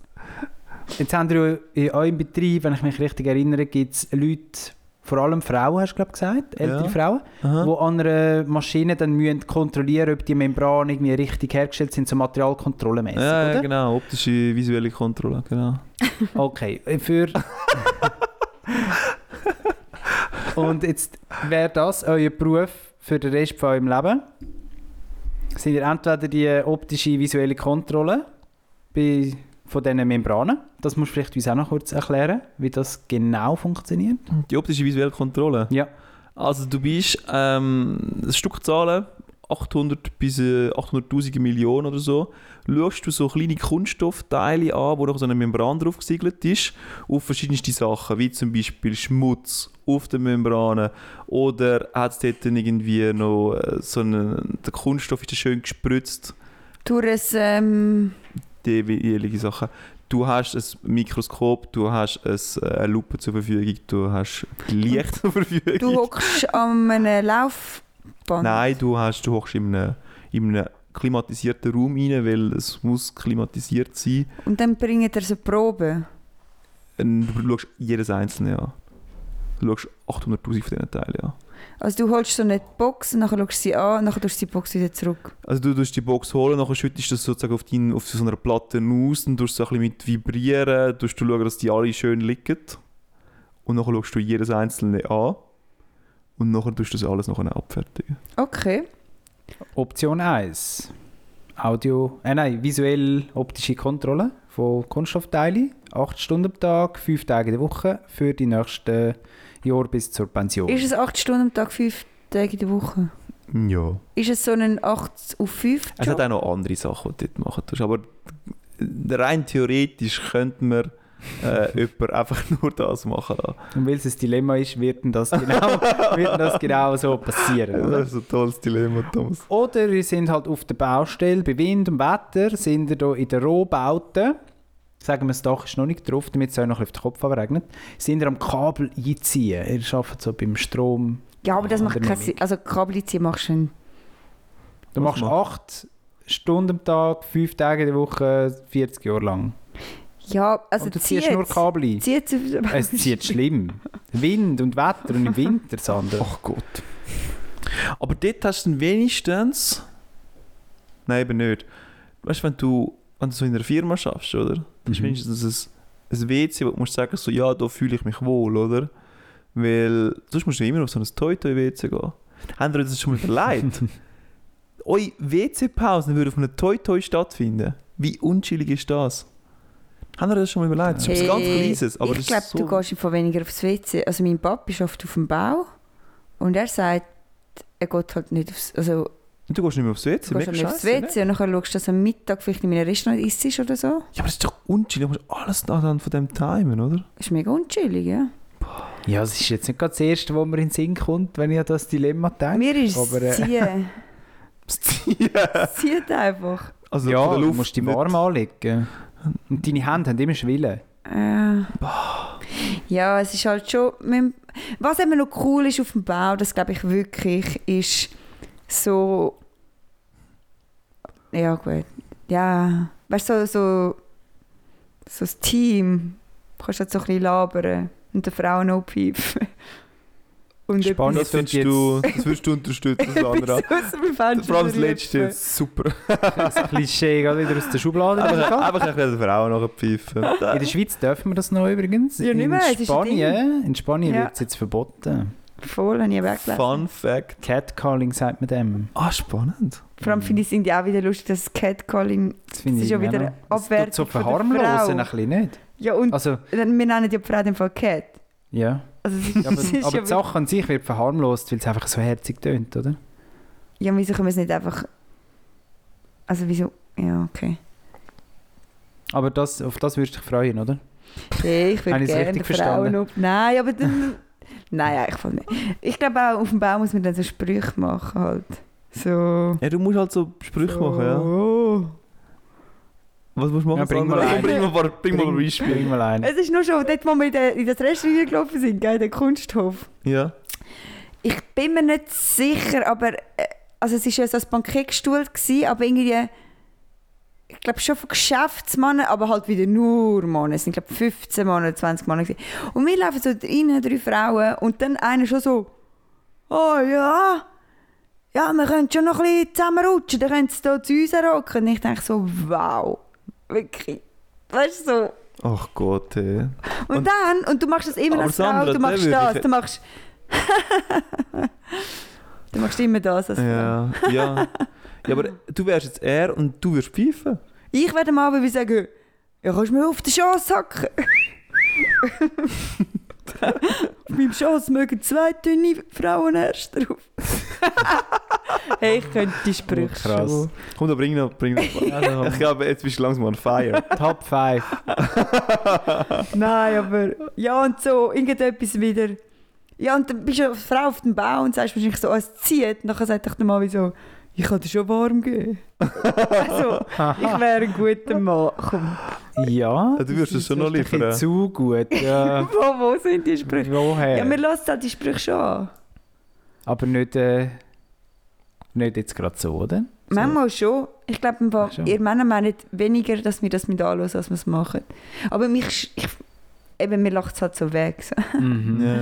S3: jetzt haben wir ja in eurem Betrieb, wenn ich mich richtig erinnere, gibt es Leute, vor allem Frauen, hast du glaube gesagt, ältere
S4: Ja.
S3: Frauen,
S4: Aha.
S3: die an einer Maschine dann müssen kontrollieren ob die Membranen irgendwie richtig hergestellt sind, so materialkontrollemäßig,
S4: Ja, ja,
S3: oder?
S4: genau, optische, visuelle Kontrolle, genau.
S3: Okay, äh, für... Und jetzt wäre das euer Beruf für den Rest von eurem Leben? Sind ihr entweder die optische, visuelle Kontrolle bei, von diesen Membranen? Das musst du vielleicht uns auch noch kurz erklären, wie das genau funktioniert.
S4: Die optische visuelle Kontrolle?
S3: Ja.
S4: Also du bist ähm, das Stückzahlen 800 bis äh, 800'000 Millionen oder so, schaust du so kleine Kunststoffteile an, wo noch so eine Membran drauf gesiegelt ist, auf verschiedenste Sachen, wie zum Beispiel Schmutz auf den Membranen oder hat es dort dann irgendwie noch äh, so einen, der Kunststoff ist dann schön gespritzt,
S5: Durch ein, ähm,
S4: die jeweilige Sachen. Du hast ein Mikroskop, du hast ein, äh, eine Lupe zur Verfügung, du hast Licht zur Verfügung.
S5: (laughs) du hockst an einem Laufband.
S4: Nein, du hast, du hockst in einem, in einem klimatisierten Raum rein, weil es muss klimatisiert sein.
S5: Und dann bringt er so Proben.
S4: Und Du schaust jedes einzelne an. Du schaust 800'000 von diesen Teilen an.
S5: Also du holst so eine Box, und nachher schaust du sie an, und nachher tust du die Box wieder zurück.
S4: Also du tust die Box holen, nachher schüttest du das sozusagen auf, dein, auf so einer Platte aus und tust so ein bisschen mit vibrieren, tust du schauen, dass die alle schön liegen. Und nachher schaust du jedes einzelne an. Und nachher tust du das alles nachher abfertigen.
S5: Okay.
S3: Option 1. Audio, äh nein, visuell optische Kontrolle von Kunststoffteilen. 8 Stunden am Tag, 5 Tage in der Woche für die nächsten Jahre bis zur Pension.
S5: Ist es 8 Stunden am Tag, 5 Tage in der Woche?
S4: Ja.
S5: Ist es so ein 8 auf 5
S3: Äh,
S4: Es hat auch noch andere Sachen, die du dort machen tust. Aber rein theoretisch könnte man äh, (laughs) jemand einfach nur das machen lassen.
S3: Und weil es ein Dilemma ist, wird denn das genau, wird denn das genau so passieren. Oder?
S4: Das ist ein tolles Dilemma, Thomas.
S3: Oder ihr seid halt auf der Baustelle, bei Wind und Wetter sind ihr da in der Rohbauten. Sagen wir, das Dach ist noch nicht drauf, damit es euch noch ein bisschen auf den Kopf abregnet. Sind ihr am Kabel einziehen? Ihr arbeitet so beim Strom.
S5: Ja, aber das
S3: Ah,
S5: macht
S3: der
S5: keinen
S3: Mimik.
S5: Sinn. Also Kabelziehen machst du einen-
S3: Du
S4: Was
S3: machst
S4: macht-
S3: acht Stunden am Tag, fünf Tage in der Woche, 40 Jahre lang.
S5: Ja, also
S3: und du ziehst nur Kabel ein.
S5: Zieht
S3: Es zieht schlimm. Wind und Wetter und im Winter, Sander.
S4: Ach Gott. Äh. Aber dort hast du dann wenigstens. Nein, eben nicht. Weißt du, wenn du, wenn du so in einer Firma schaffst, oder? Dann ist
S3: Mhm.
S4: wenigstens ein, ein WC, wo du musst sagen so, ja, da fühle ich mich wohl, oder? Weil sonst musst du immer auf so ein Toy-Toy-WC gehen. Haben ihr euch das schon mal (laughs) überlegt? Eure WC-Pausen würden auf einem Toy-Toy stattfinden. Wie unschillig ist das? Haben ihr euch das schon mal überlegt? Das ist etwas ganz Kleines, aber
S5: Äh, ich
S4: das
S5: glaube,
S4: ist so...
S5: du gehst einfach weniger aufs WC. Also mein Papi arbeitet auf dem Bau und er sagt, er geht halt nicht aufs, also,
S4: du gehst nicht mehr aufs WC,
S5: du gehst
S4: mega
S5: halt nicht aufs
S4: scheiße. ne?
S5: WC und nachher schaust du, dass am Mittag vielleicht in meinem Restaurant isst oder so.
S4: Ja, aber das ist doch unchillig, du musst alles anhand von dem timen, oder?
S5: ist mega unchillig, ja.
S3: Ja, es ist jetzt nicht gerade das Erste, wo mir in den Sinn kommt, wenn ich an das Dilemma denke.
S5: Mir ist
S3: aber,
S5: (laughs) es
S3: äh,
S5: ziehen.
S4: Ja.
S5: Es zieht einfach.
S4: Also
S3: ja,
S4: von der
S3: du
S4: Luft
S3: musst dich
S4: nicht.
S3: warm anlegen. Und deine Hände haben immer
S5: (laughs)
S3: Schwillen.
S5: Äh. Ja, es ist halt schon. mit- Was immer noch cool ist auf dem Bau, das glaube ich wirklich, ist so. Ja, gut. Ja. Weißt du, so, so, so das Team. Du kannst halt so ein bisschen labern und den Frauen auch pfeifen. Und
S3: Spannend.
S4: Das,
S3: Nicht und
S4: würdest du,
S5: jetzt-
S4: das würdest du (laughs) unterstützen, Sandra.
S5: (laughs) etwas aus dem Fenster
S4: Vor allem das
S5: rüpfen.
S4: Letzte, jetzt, super.
S3: Das Klischee geht wieder aus der Schublade.
S4: einfach, einfach ein bisschen den Frauen nachher pfeifen.
S3: In der Schweiz dürfen wir das noch übrigens.
S5: äh, Ja, nicht mehr, es
S3: in
S5: ist ein
S3: Spanien, in Spanien
S5: Ja.
S3: wird es jetzt verboten.
S5: Voll, habe ich weggelesen.
S4: Fun Fact.
S3: Catcalling sagt man dem.
S4: Ah, spannend.
S5: Vor
S3: Mhm.
S5: allem finde ich es irgendwie auch wieder lustig, dass Catcalling.
S3: Das finde
S5: Das
S3: ich
S5: ist ja wieder
S3: noch- das
S5: eine
S3: tut so
S5: Abwertung von der
S3: verharmlosen
S5: Frau.
S3: ein bisschen nicht.
S5: Ja, und
S3: Also,
S5: wir nennen die Frau den Fall Cat.
S3: ja.
S5: (laughs) Also es ist,
S3: Aber,
S5: es ist
S3: aber
S5: ja,
S3: die
S5: wirklich-
S3: Sache an sich wird verharmlost, weil es einfach so herzig tönt, oder?
S5: ja, wieso können wir es nicht einfach. Also wieso. Ja, okay.
S3: Aber das, auf das würdest du dich freuen, oder?
S5: Hey, ich
S3: Habe
S5: würde
S3: ich es
S5: gerne
S3: richtig
S5: den Frauen
S3: verstanden?
S5: ob. Nein, aber dann. Nein, ja, ich fand nicht. Ich glaube auch, auf dem Baum muss man dann so Sprüche machen halt. So. Oh.
S4: Ja, du musst halt so Sprüche
S5: so.
S4: machen, ja. Was musst du machen?
S3: Ja, bring mal
S4: Sandra?
S3: einen.
S4: bring mal ein paar- bring mal ein Beispiel.
S3: Bring mal ein.
S5: Es ist nur schon dort, wo wir in, den, in das Restaurant gelaufen sind, gell, in den Kunsthof.
S4: Ja.
S5: Ich bin mir nicht sicher, aber. äh, Also es war ja so ein Bankettstuhl, gewesen, aber irgendwie. Ich glaube schon von Geschäftsmannen, aber halt wieder nur Männer. Es sind, glaube 15 Männer, 20 Männer. gewesen. Und wir laufen so rein, drei Frauen, und dann einer schon so. Oh ja! Ja, wir können schon noch ein bisschen zusammenrutschen, dann können sie hier zu uns rocken. Und ich denke so, wow. Wirklich. Weißt du so.
S4: Ach Gott, ey.
S5: Und,
S4: Und-
S5: dann, und du machst das immer
S4: Aber
S5: als Frau,
S4: Sandra,
S5: du machst
S4: der würde
S5: das,
S4: ich-
S5: du machst. (laughs) du machst immer das also als
S4: Ja,
S5: Frau.
S4: ja. Ja, aber du wärst jetzt er und du würdest pfeifen.
S5: Ich werde am Abend wie sagen, ja, kannst du mir auf den Schoss hacken? (laughs) auf meinem Schoss mögen zwei dünne Frauen erst drauf. (laughs) hey, ich könnte die Sprüche
S3: Oh, krass.
S5: schon.
S4: Komm, da bring noch, bring (laughs) noch. Ich glaube, jetzt bist du langsam on fire.
S3: Top 5.
S5: Nein, aber ja und so, irgendetwas wieder. Ja, und dann bist du eine Frau auf dem Bau und sagst wahrscheinlich so, oh, es zieht. Nachher sagt dich der Mann wie so, ich kann dir schon warm geben. also, ich wäre ein guter Mann. Komm,
S3: Ja.
S4: Ja, du würdest es schon noch
S3: ist ein bisschen
S4: liefern.
S3: Zu gut,
S4: (laughs)
S3: ja.
S5: wo, wo sind die Sprüche? Ja, wir
S3: Woher?
S5: lassen halt die Sprüche schon an.
S3: Aber nicht, äh, nicht jetzt gerade so, oder?
S5: Manchmal schon. Ich glaube,
S3: Ach schon.
S5: ihr Männer meint weniger, dass wir das mit anhören, als
S3: (laughs)
S5: wir es machen. Aber mich... sch- Ich, eben, mir lacht es halt so weg. So.
S3: Mhm.
S4: Ja.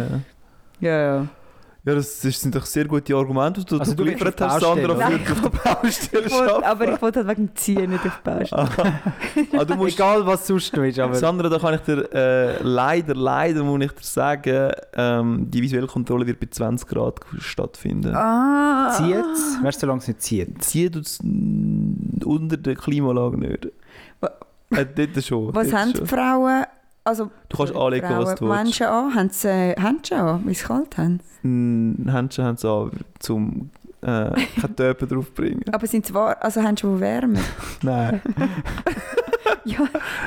S5: Ja, ja.
S4: Ja, das ist, sind doch sehr gute Argumente, die du,
S3: Also
S4: du
S3: du willst
S4: geliefert
S3: auf
S4: hast,
S3: Baustelle?
S4: Sandra,
S5: Nein,
S4: für auf der Baustelle
S5: Ich wollte,
S4: arbeiten.
S5: aber ich wollte halt wegen dem Ziehen nicht auf die Baustelle.
S4: Ah, du musst,
S3: Egal, was sonst du bist, aber...
S4: Sandra, da kann ich dir äh, leider, leider muss ich dir sagen, ähm, die visuelle Kontrolle wird bei 20 Grad stattfinden.
S5: Ah.
S3: Zieht's? Weißt du, solange es nicht zieht?
S4: Zieh du es unter der Klimaanlage nicht.
S5: Wa-
S4: Äh, dort schon.
S5: Was
S4: dort
S5: haben die
S4: schon.
S5: Frauen, also
S4: Du kannst anlegen,
S5: Frauen,
S4: was du
S5: die
S4: willst.
S5: Menschen an, haben sie äh, Handschuhe an, weil sie kalt haben.
S4: Mm, Händchen haben sie an, um äh, keine Töpfe
S5: (laughs)
S4: draufzubringen.
S5: Aber sind zwar, also haben schon Wärme.
S4: (laughs)
S5: (laughs)
S4: Nein.
S5: ja,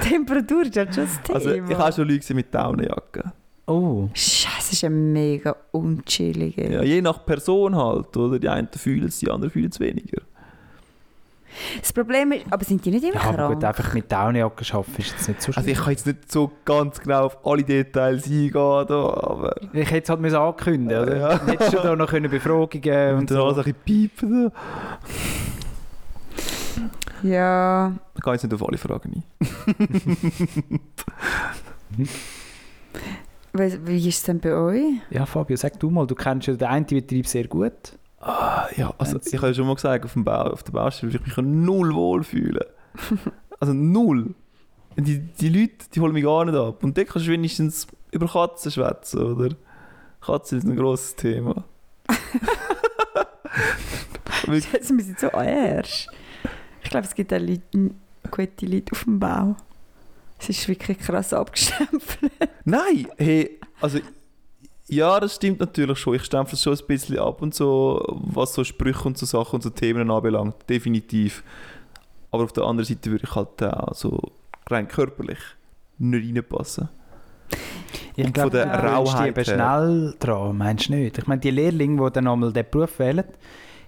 S5: Temperatur ist halt schon das Thema.
S4: Also, ich habe schon Leute gesehen mit Daunenjacke.
S3: Oh.
S5: Scheiße, ist ja mega unchillig. ey.
S4: Ja, je nach Person halt, oder? Die einen fühlen es, die anderen fühlen es weniger.
S5: Das Problem ist, aber sind die nicht immer
S3: Ja, aber gut,
S5: krank?
S3: einfach mit Daunenjacke arbeiten ist jetzt nicht so schlimm.
S4: Also, ich kann jetzt nicht so ganz genau auf alle Details eingehen, da, aber...
S3: ich hätte es halt müssen angekündigt, oder?
S4: Ja.
S3: Hättest du da noch können Befragungen und
S4: Und dann alles
S3: so.
S4: ein bisschen piepen. da.
S5: Ja,
S4: Ich gehe jetzt nicht auf alle Fragen ein.
S5: wie, wie ist es denn
S4: (laughs)
S5: bei euch?
S3: Ja, Fabio, sag du mal, du kennst ja den einen Betrieb sehr gut.
S4: Ah, ja, also
S3: Wenn's-
S4: ich habe ja schon mal gesagt, auf, dem Bau, auf der Baustelle würde ich mich ja null (laughs) wohlfühlen. also null. Die, die Leute, die holen mich gar nicht ab. Und dann kannst du wenigstens über Katzen schwätzen, oder? Katzen ist ein grosses Thema. Weil-
S5: Jetzt wir sind so ernst. Ich glaube, es gibt auch Leute, gute Leute auf dem Bau. Es ist wirklich krass abgestempelt.
S4: Nein, hey, also ja, das stimmt natürlich schon. Ich stempel es schon ein bisschen ab und so, was so Sprüche und so Sachen und so Themen anbelangt, definitiv. Aber auf der anderen Seite würde ich halt auch so rein körperlich nicht reinpassen.
S3: Ich
S4: Und von der äh, Rauheit
S3: die eben
S4: her.
S3: schnell dran, meinst du nicht? Ich meine, die Lehrlinge, die dann einmal den Beruf wählen,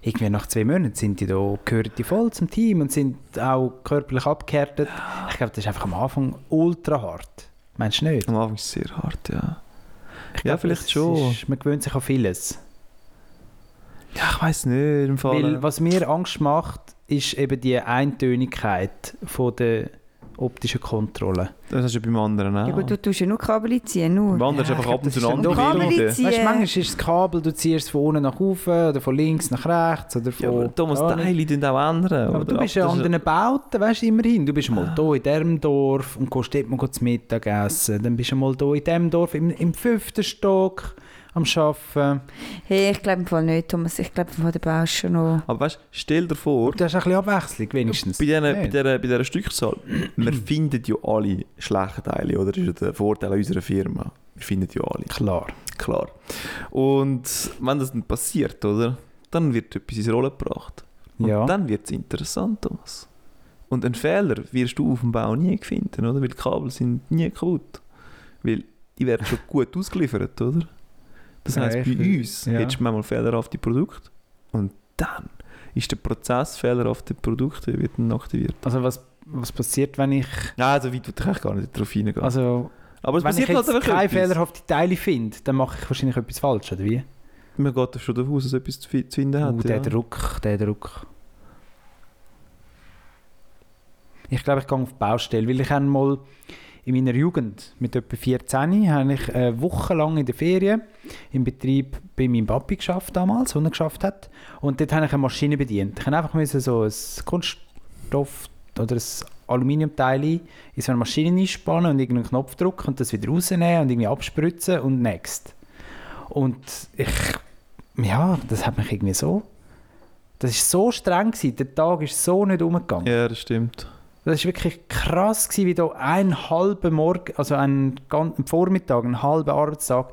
S3: irgendwie nach zwei Monaten sind die da, gehören die voll zum Team und sind auch körperlich abgehärtet. Ich glaube, das ist einfach am Anfang ultra hart. Meinst du nicht?
S4: Am Anfang ist es sehr hart, ja.
S3: Ich
S4: Ja,
S3: glaube,
S4: vielleicht
S3: es
S4: schon.
S3: Ist, man gewöhnt sich an vieles.
S4: Ja, ich weiß nicht, im Fall.
S3: Weil was mir Angst macht, ist eben die Eintönigkeit von der optischen Kontrolle.
S4: das hast du ja beim anderen auch.
S5: Ja, aber du tust ja nur Kabel ziehen, nur.
S4: beim anderen
S3: Ja, ich
S4: ist einfach
S3: glaub,
S4: ab und
S3: das
S4: zu
S3: ist
S4: eine
S3: dann
S4: andere
S3: doch-
S5: Kabel
S4: Idee.
S5: ziehen.
S3: Weißt du, manchmal ist das Kabel, du ziehst es von unten nach oben oder von links nach rechts oder von...
S4: Ja, aber Thomas,
S3: Keine Ahnung.
S4: Teile tun auch ändern.
S3: Aber
S4: oder?
S3: du bist ja
S4: Das
S3: an
S4: ist- Ah.
S3: den Bauten, weißt du, immerhin. Du bist mal hier in diesem Dorf und gehst dort mal zum Mittagessen. Dann bist du mal hier in diesem Dorf im, im fünften Stock am Arbeiten.
S5: Hey, ich glaube im Fall nicht, Thomas. Ich glaube, von der Bau ist schon (laughs) noch.
S4: Aber weißt du, stell dir vor,
S3: Du hast ein bisschen Abwechslung wenigstens.
S4: Bei dieser, bei,
S3: Nicht?
S4: dieser, bei dieser Stückzahl,
S3: (clears throat)
S4: wir finden ja alle schlechte Teile, oder? Das ist ja der Vorteil an unserer Firma. Wir finden ja alle,
S3: Klar.
S4: klar. Und wenn das dann passiert, oder? Dann wird etwas in Rolle gebracht. Und
S3: Ja.
S4: dann wird es interessant, Thomas. Und einen Fehler wirst du auf dem Bau nie finden, oder? Weil die Kabel sind nie kaputt. Weil die
S3: (laughs)
S4: werden schon gut ausgeliefert, oder? Das
S3: Ja,
S4: heisst,
S3: ich-
S4: bei uns
S3: ja.
S4: hättest du manchmal fehlerhafte Produkte und dann ist der Prozess fehlerhafte Produkte wird dann aktiviert.
S3: Also was, was passiert, wenn ich...
S4: Nein, so weit würde ich eigentlich gar nicht drauf hineingehen.
S3: Also,
S4: Aber es
S3: wenn ich
S4: passiert
S3: jetzt
S4: natürlich
S3: keine
S4: etwas.
S3: fehlerhaften Teile finde, dann mache ich wahrscheinlich etwas falsch, oder wie?
S4: Man geht doch schon davon aus, dass etwas zu fi- zu finden hat.
S3: Uh, der
S4: ja.
S3: Druck, der Druck. Ich glaube, ich gehe auf die Baustelle, weil ich habe mal in meiner Jugend mit etwa 14 habe ich äh, wochenlang in der Ferien im Betrieb bei meinem Papi geschafft damals, wo er geschafft hat. Und dort habe ich eine Maschine bedient. Ich habe einfach müssen so ein Kunststoff oder ein Aluminiumteil in so eine Maschine einspannen und irgendeinen Knopf drücken und das wieder rausnehmen und irgendwie abspritzen und next. Und ich ja, das hat mich irgendwie so. Das ist so streng gewesen. Der Tag ist so nicht umgegangen.
S4: ja, das stimmt.
S3: Das ist wirklich krass gewesen, wie da ein halber Morgen, also ein ganzen Vormittag, ein halber Arbeitstag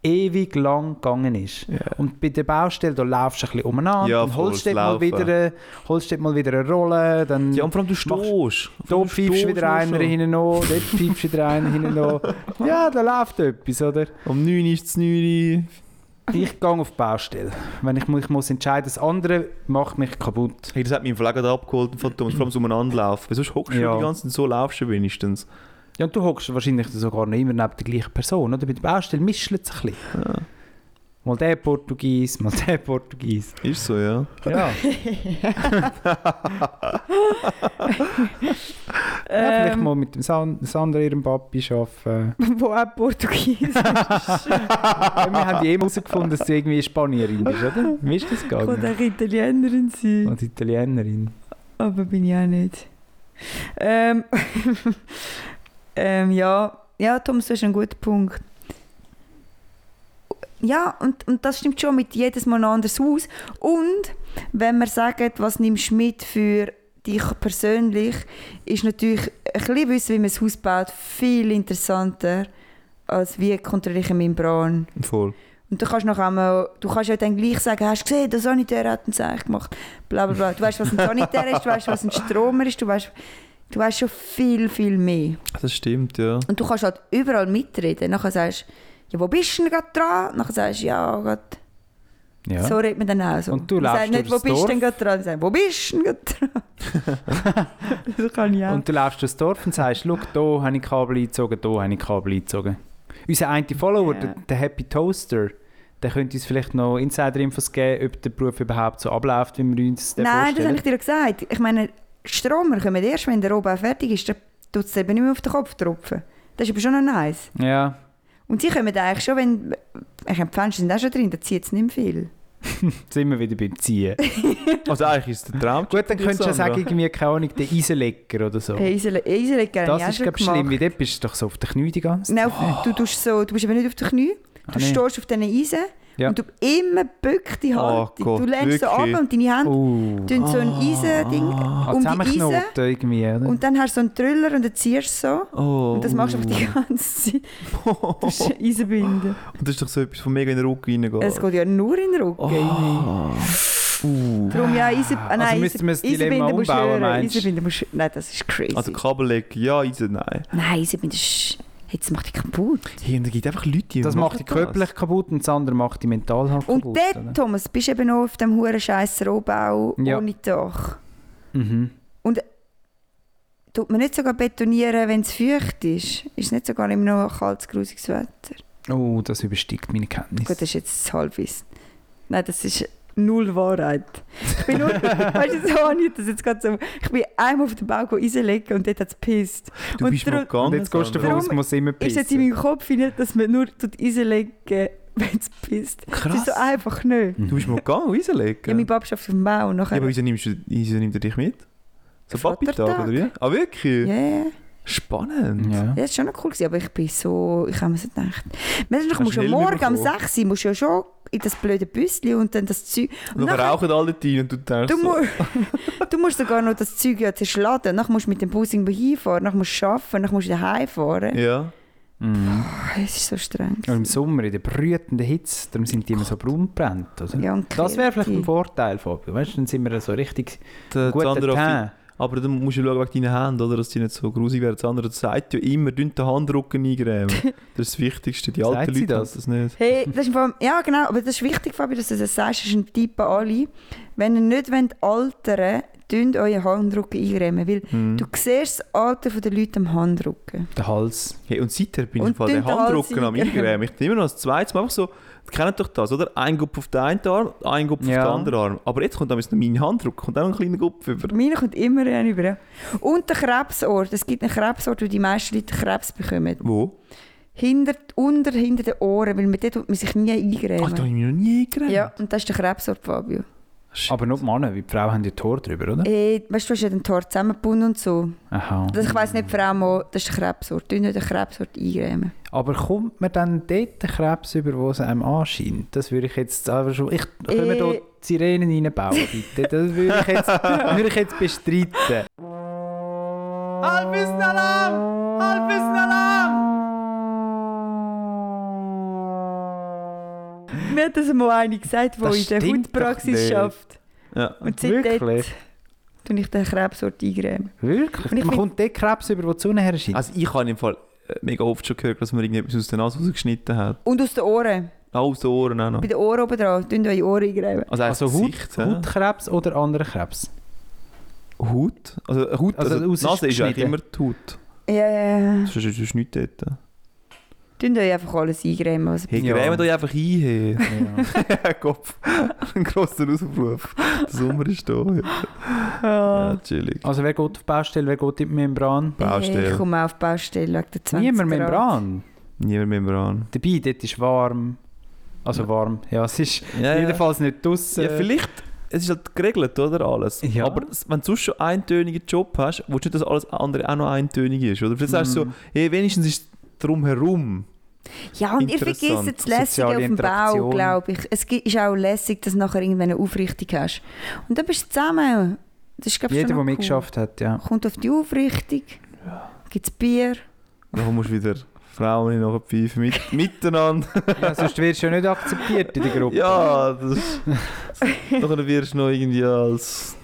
S3: ewig lang gegangen ist.
S4: Ja.
S3: Und bei der Baustelle da laufst du ein bisschen umeinander,
S4: Ja,
S3: dann
S4: voll,
S3: holst
S4: das
S3: du mal
S4: Laufen.
S3: wieder, eine- holst dort mal wieder eine Rolle, dann
S4: Ja, und vor allem du stehst.
S3: da pfeifst du wieder einer
S4: hin.
S3: hinten noch, dort pfeifst du wieder einer hinten noch. Ja, da läuft etwas, oder?
S4: Um 9 ist es 9
S3: Ich gehe auf die Baustelle. Wenn ich mich muss entscheiden muss, das andere macht mich kaputt.
S4: Hey, das hat mich im Flagger da abgeholt von Thomas, vor allem so umeinander laufen. Weil sonst hockst du
S3: Ja.
S4: die ganze Zeit, so laufst du wenigstens.
S3: Ja, und du hockst wahrscheinlich sogar noch immer neben der gleichen Person, oder? Bei der Baustelle mischelt es ein bisschen. Mal der Portugies, mal der Portugies.
S4: Ist so, ja.
S3: Ja. Ja, vielleicht
S5: Ähm,
S3: mal mit dem San- Sandra, ihrem Papi, arbeiten.
S5: wo auch Portugiesisch
S3: Ja, wir haben die eh herausgefunden, dass sie irgendwie Spanierin ist, oder? Wie ist das
S5: kann
S3: gegangen?
S5: auch Italienerin sein.
S3: Und Italienerin.
S5: Aber bin ich auch nicht. Ähm, (laughs) ähm, ja. ja, Thomas, das ist ein guter Punkt. Ja, und, und das stimmt schon mit jedes Mal noch anders aus. Und wenn man sagt, was nimmst du mit für dich persönlich, ist natürlich ein bisschen wissen, wie man ein Haus baut, viel interessanter, als wie kontrolliere ich meinen Brain.
S4: Voll.
S5: Und du kannst noch einmal, du kannst ja dann gleich sagen, hast du gesehen, der Sanitär hat uns eigentlich gemacht. Bla, bla, bla. Du weißt, was ein Sanitär ist, du weißt, was ein Stromer ist, du weißt, du weißt schon viel, viel mehr.
S4: Das stimmt, ja.
S5: Und du kannst halt überall mitreden. Nachher sagst du, ja, wo bist du denn gerade dran? Nachher sagst du, ja, grad.
S3: Ja.
S5: so redet man dann auch so.
S3: Und du
S5: Man
S3: läufst
S5: sagt nicht, wo
S3: durchs
S5: bist du denn
S3: Dorf.
S5: gerade dran? Sagt, wo bist du denn gerade dran?
S3: (laughs)
S5: das kann ich auch.
S3: Und du läufst durchs Dorf und sagst, schau, hier habe ich Kabel eingezogen, hier habe ich Kabel eingezogen. Unser einziger Follower,
S5: Ja.
S3: der, der Happy Toaster, der könnte uns vielleicht noch Insider-Infos geben, ob der Beruf überhaupt so abläuft, wie wir uns den
S5: Nein, das habe
S3: vorstellen.
S5: ich dir ja gesagt. Ich meine, Stromer kommen erst, wenn der oben auch fertig ist. Dann tut es eben nicht mehr auf den Kopf tropfen. Das ist aber schon noch nice.
S3: ja,
S5: Und sie kommen eigentlich schon, wenn. Ich habe die Fenster sind auch schon drin, da zieht es nicht mehr viel.
S3: jetzt sind wir wieder beim
S5: (laughs)
S3: Ziehen.
S4: Also eigentlich ist es der Traum.
S3: Gut, dann könntest du ja sagen, irgendwie, keine Ahnung, der Eisenlecker oder so.
S5: Hey, Isele, Isele gerne
S3: das ist, glaube ich, schlimm, weil dort bist du doch so auf der Knie die ganze
S5: Nein, auf- du, tust so, du bist aber nicht auf den Knie,
S3: Ah,
S5: du
S3: nee.
S5: stehst auf diesen Eisen
S3: Ja.
S5: und du immer bückte
S4: Oh
S5: Haltung. du
S4: Gott,
S5: lehnst so ab
S4: wirklich?
S5: und deine Hände
S3: Uh.
S5: tun so ein Eisending
S3: Ah,
S5: um die Eisen.
S3: zusammenknoten irgendwie, oder?
S5: Und dann hast du so einen Trüller und dann ziehst du so.
S4: Oh.
S5: Und das machst du einfach die ganze Zeit.
S3: (laughs)
S5: Du
S4: und
S5: musst Eisenbinden.
S4: das ist doch so etwas, von mega in den Rücken
S3: Oh.
S4: reingeht.
S5: Es geht ja nur in den
S4: Oh.
S5: Rücken.
S4: Uh.
S5: Darum ja, Eisen, ah, nein,
S3: Also müssten
S5: Eisen,
S3: wir das Dilemma
S5: Eisenbinden musst du
S3: umbauen,
S5: hören.
S3: meinst du?
S5: Eisenbinden musst du... Nein, das ist crazy.
S4: Also Kabellecken, ja, Eisen, nein.
S5: Nein, sie bin Sch Jetzt macht dich kaputt.
S4: Hey, und da gibt einfach Leute, die
S3: das macht
S4: machen
S3: dich körperlich kaputt und das andere macht dich mental halt
S5: Und
S3: kaputt.
S5: dort,
S3: oder?
S5: Thomas, bist du eben noch auf dem huren scheiß Rohbau
S3: Ja.
S5: ohne Dach.
S3: Mhm.
S5: Tut man nicht sogar betonieren, wenn es feucht ist? Ist es nicht sogar immer noch kaltes, grusiges Wetter?
S3: Oh, das übersteigt meine Kenntnis.
S5: Gut, das ist jetzt das Halbwissen. Nein, das ist null Wahrheit. Ich bin nur, weißt du, so habe ich das jetzt gerade so. Ich bin einmal auf den Balkon reinlegen und dort hat es gepisst.
S4: Du
S5: Und
S4: bist mal
S5: darum-
S4: gegangen.
S3: und jetzt gehst du davon
S4: Sandra.
S3: aus, muss immer
S5: Ist jetzt in
S3: pissen.
S5: meinem Kopf nicht, dass man nur reinlegen (laughs) kann, wenn es pisst. Das ist so
S4: Krass.
S5: einfach nicht.
S4: Du bist mal gegangen,
S5: Ja, mein
S4: Eisenlecken.
S5: Papa schafft auf dem Bau. und
S4: Ja,
S5: nachher-
S4: aber wieso nimmst du, wieso nimmt er dich mit? So Papi-Tag,
S5: Vatertag.
S4: oder wie? Ah, wirklich?
S5: Yeah.
S4: Spannend.
S3: Ja.
S5: Ja, das ist schon noch cool, gewesen, aber ich bin so, ich habe mir so gedacht, Mensch,
S4: Hast
S5: du musst ja
S4: schnell
S5: morgen um
S4: bekommen.
S5: 6 Uhr musst du ja schon in das blöde Büsschen und dann das Zeug.
S4: Und dann
S5: nachher-
S4: rauchen alle die und du denkst
S5: Du,
S4: so,
S5: mu (laughs) du musst sogar noch das Zeug ja zerschlagen, dann musst du mit dem Bus irgendwo hinfahren, dann musst du arbeiten, dann musst du daheim fahren.
S4: Ja.
S3: Mhm.
S5: Ah, Es ist so streng.
S3: Und Im Sommer, in der brütenden Hitze, darum sind die immer so braun gebrannt, oder?
S5: Ja, und
S3: Das wäre vielleicht
S5: Kälte.
S3: ein Vorteil, Fabio. Weißt du, dann sind wir so richtig
S4: Der
S3: gut
S4: Sandra Fi-
S3: Teint.
S4: Aber dann musst du schauen wegen deinen Händen, oder, dass die nicht so grusig werden. Das andere sagt ja immer, dünn den Handrücken eingrämen. Das ist das Wichtigste. Die
S3: Sagt
S4: alten
S3: sie
S4: Leute
S3: das?
S4: das? das nicht.
S5: Hey, das ist im Fall, ja genau, aber das ist wichtig, Fabi, dass du das sagst, das ist ein Tipp an alle. Wenn ihr nicht wollt altern wollt, euren Handrücken einrehmen, weil
S4: Mm. Mhm.
S5: du siehst das Alter der Leute am Handrücken.
S3: Der Hals.
S4: Hey, und seither bin
S5: Und
S4: ich von den
S5: dünn den Hals
S4: Handrücken am
S5: eingrämen.
S4: eingrämen. Ich bin immer noch als zweites Mal einfach so, ihr kennt doch das, oder? Ein Gupf auf den einen Arm, ein Gupf
S3: Ja.
S4: auf den anderen Arm. Aber jetzt kommt dann noch mein Handrücken, kommt auch noch ein kleiner Gupf über.
S5: Meine kommt immer einer über. Und der Krebsort. Es gibt einen Krebsort, wo die meisten Leute Krebs bekommen.
S4: Wo?
S5: Hinter, unter, hinter den Ohren, weil man dort tut man sich nie
S4: Ach, da habe
S5: eingrämen.
S4: ich mich noch nie eingrämt.
S5: ja, und das ist der Krebsort, Fabio.
S3: Aber nur die Männer, weil die Frauen haben ja Tor drüber, oder?
S5: Äh, weißt du, du hast ja den Tor zusammengebunden und so.
S3: Aha.
S5: Das, ich weiss nicht, Frau Mo, das ist der Krebsort. Du nicht den Krebsort eingrämen.
S3: Aber kommt man dann dort den Krebs über, wo es einem anscheint? Das würde ich jetzt aber schon... Ich können wir
S5: Äh.
S3: hier die Sirenen reinbauen, bitte. Das würde ich
S5: (laughs)
S3: jetzt, würde ich jetzt bestreiten. Halbwissen Alarm! Halbwissen Alarm!
S5: Mir hat das mal eine gesagt,
S3: Das
S5: die in der
S3: stimmt doch
S5: Hautpraxis
S3: nicht.
S5: arbeitet.
S4: Ja.
S5: Und seitdem
S3: Wirklich?
S5: tue ich den Krebsort eingrämen.
S3: Wirklich?
S5: Und ich
S3: Man
S5: find-
S3: kommt dort Krebs über, wo die Sonne herrscht.
S4: Also ich habe im Fall äh, mega oft schon gehört, dass man irgendetwas aus der Nase rausgeschnitten hat.
S5: Und aus den Ohren.
S4: Auch aus den Ohren auch noch.
S5: Bei den Ohren oben dran. Tun eure Ohren eingrämen.
S4: Also,
S3: Also
S4: also
S3: Haut,
S4: Gesicht, hä?
S3: Hautkrebs oder anderer Krebs?
S4: Haut? Also äh, Haut,
S3: Also
S4: also,
S3: aus
S4: die Nase ist eigentlich
S3: geschnitten.
S4: immer die Haut.
S5: Ja, ja, ja.
S4: Sonst ist sonst nichts dort.
S5: Tun euch einfach alles eingrämen, was
S4: Hey,
S3: Ja.
S4: grämen euch einfach ein. Hey.
S3: Ja.
S4: (laughs) Kopf. Ein grosser Ausruf. Der Sommer ist da. Ja, chillig.
S3: Also wer geht auf die Baustelle, wer geht in die Membran?
S5: Hey, ich
S4: Baustelle.
S5: komme auf die Baustelle wegen der 20
S3: Niemand
S5: Grad.
S3: Membran.
S4: Niemand mehr dran.
S3: Dabei, dort ist warm. Also warm, ja, es ist
S4: Ja,
S3: jedenfalls nicht draussen.
S4: Ja, vielleicht, es ist halt geregelt, oder? Alles.
S3: Ja.
S4: Aber s- wenn du sonst schon einen eintönigen Job hast, willst du nicht, dass alles andere auch noch eintönig ist, oder? Vielleicht sagst du so,
S3: Mm.
S4: hey, wenigstens ist es drumherum.
S5: Ja, und ich
S4: Interessant.
S5: vergesse das Lässige auf
S3: Soziale
S5: dem Bau,
S3: Interaktion.
S5: glaube ich. Es gi- ist auch lässig, dass du nachher irgendwann eine Aufrichtung hast. Und dann bist du zusammen. Das ist, glaube ich,
S3: Jeder, der
S5: schon noch cool.
S3: mitgeschafft hat, ja.
S5: Kommt auf die Aufrichtung, gibt es Bier.
S4: Dann musst du wieder Frauen in noch pfeifen (laughs) mit, miteinander.
S3: ja. Sonst wirst du ja nicht akzeptiert in der Gruppe.
S4: Ja, das ist. Nachher wirst du noch irgendwie als.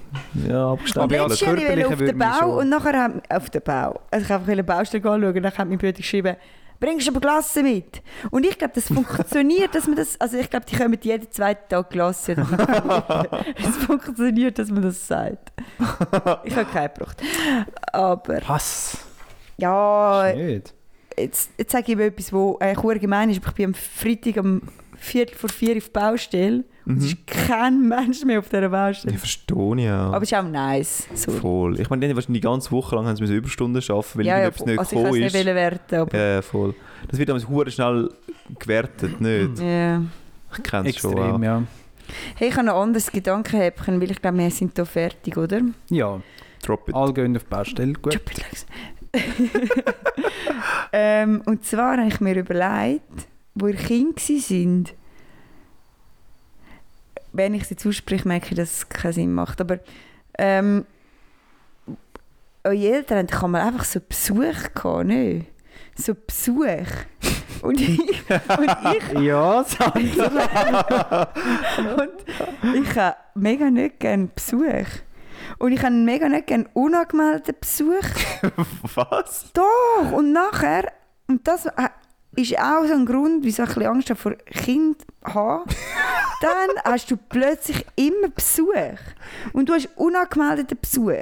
S4: Ja,
S3: Aber
S4: abgestempelt.
S3: ja,
S5: Letztes
S3: das
S5: Jahr wollte ich
S3: Körperliche
S5: auf
S3: würde
S5: den
S3: mich
S5: Bau
S3: schon-
S5: und nachher haben auf den Bau. Also ich einfach eine Baustelle anschauen und dann hat mein Bruder geschrieben, bringst du aber Glasse mit? Und ich glaube, das funktioniert, dass man das, also ich glaube, die kommen jeden zweiten Tag Glasse. oder so.
S3: (laughs)
S5: es funktioniert, dass man das sagt. Ich habe keine gebraucht. Aber
S3: Hass.
S5: ja,
S3: Ist nicht.
S5: jetzt, jetzt sage ich mir etwas, wo eigentlich sehr gemein ist, aber ich bin am Freitag um Viertel vor vier auf der Baustelle
S4: Mhm.
S5: und
S3: Mhm.
S5: es ist kein Mensch mehr auf dieser Baustelle.
S4: Ich verstehe ja.
S5: Aber es ist auch nice. Sorry.
S4: voll. Ich meine, die haben wahrscheinlich die ganze Woche lang haben sie müssen Überstunden arbeiten, weil irgendetwas nicht
S5: also ich kann
S4: gekommen
S5: es
S4: ist.
S5: nicht wollen werten, aber
S4: ja, ja, voll. Das wird damals hure schnell gewertet, nicht?
S5: Ja.
S4: Ich kenne es schon.
S3: Hm. Extrem,
S4: Auch.
S3: ja.
S5: Hey, ich habe ein anderes Gedankenhäppchen, weil ich glaube, wir sind hier fertig, oder?
S3: Ja,
S4: ah, Drop it.
S3: alle gehen auf die Baustelle. Gut.
S5: Tschüss, Alex. (laughs) ähm, und zwar habe ich mir überlegt, wo ihr Kind sind. Wenn ich es jetzt ausspreche, merke ich, dass es keinen Sinn macht. Aber ähm, eure Eltern kann man einfach so Besuch gehabt, nicht? So Besuch. Und ich, und ich
S3: Ja, so.
S5: Und ich habe mega nicht gerne Besuch. Und ich habe mega nicht gerne unangemeldeten
S3: (laughs)
S5: Besuch.
S4: Was?
S5: Doch, und nachher, und das äh, ist auch so ein Grund, wieso ich ein bisschen Angst habe vor Kind
S3: (laughs)
S5: haben, dann hast du plötzlich immer Besuch. Und du hast unangemeldeten Besuch.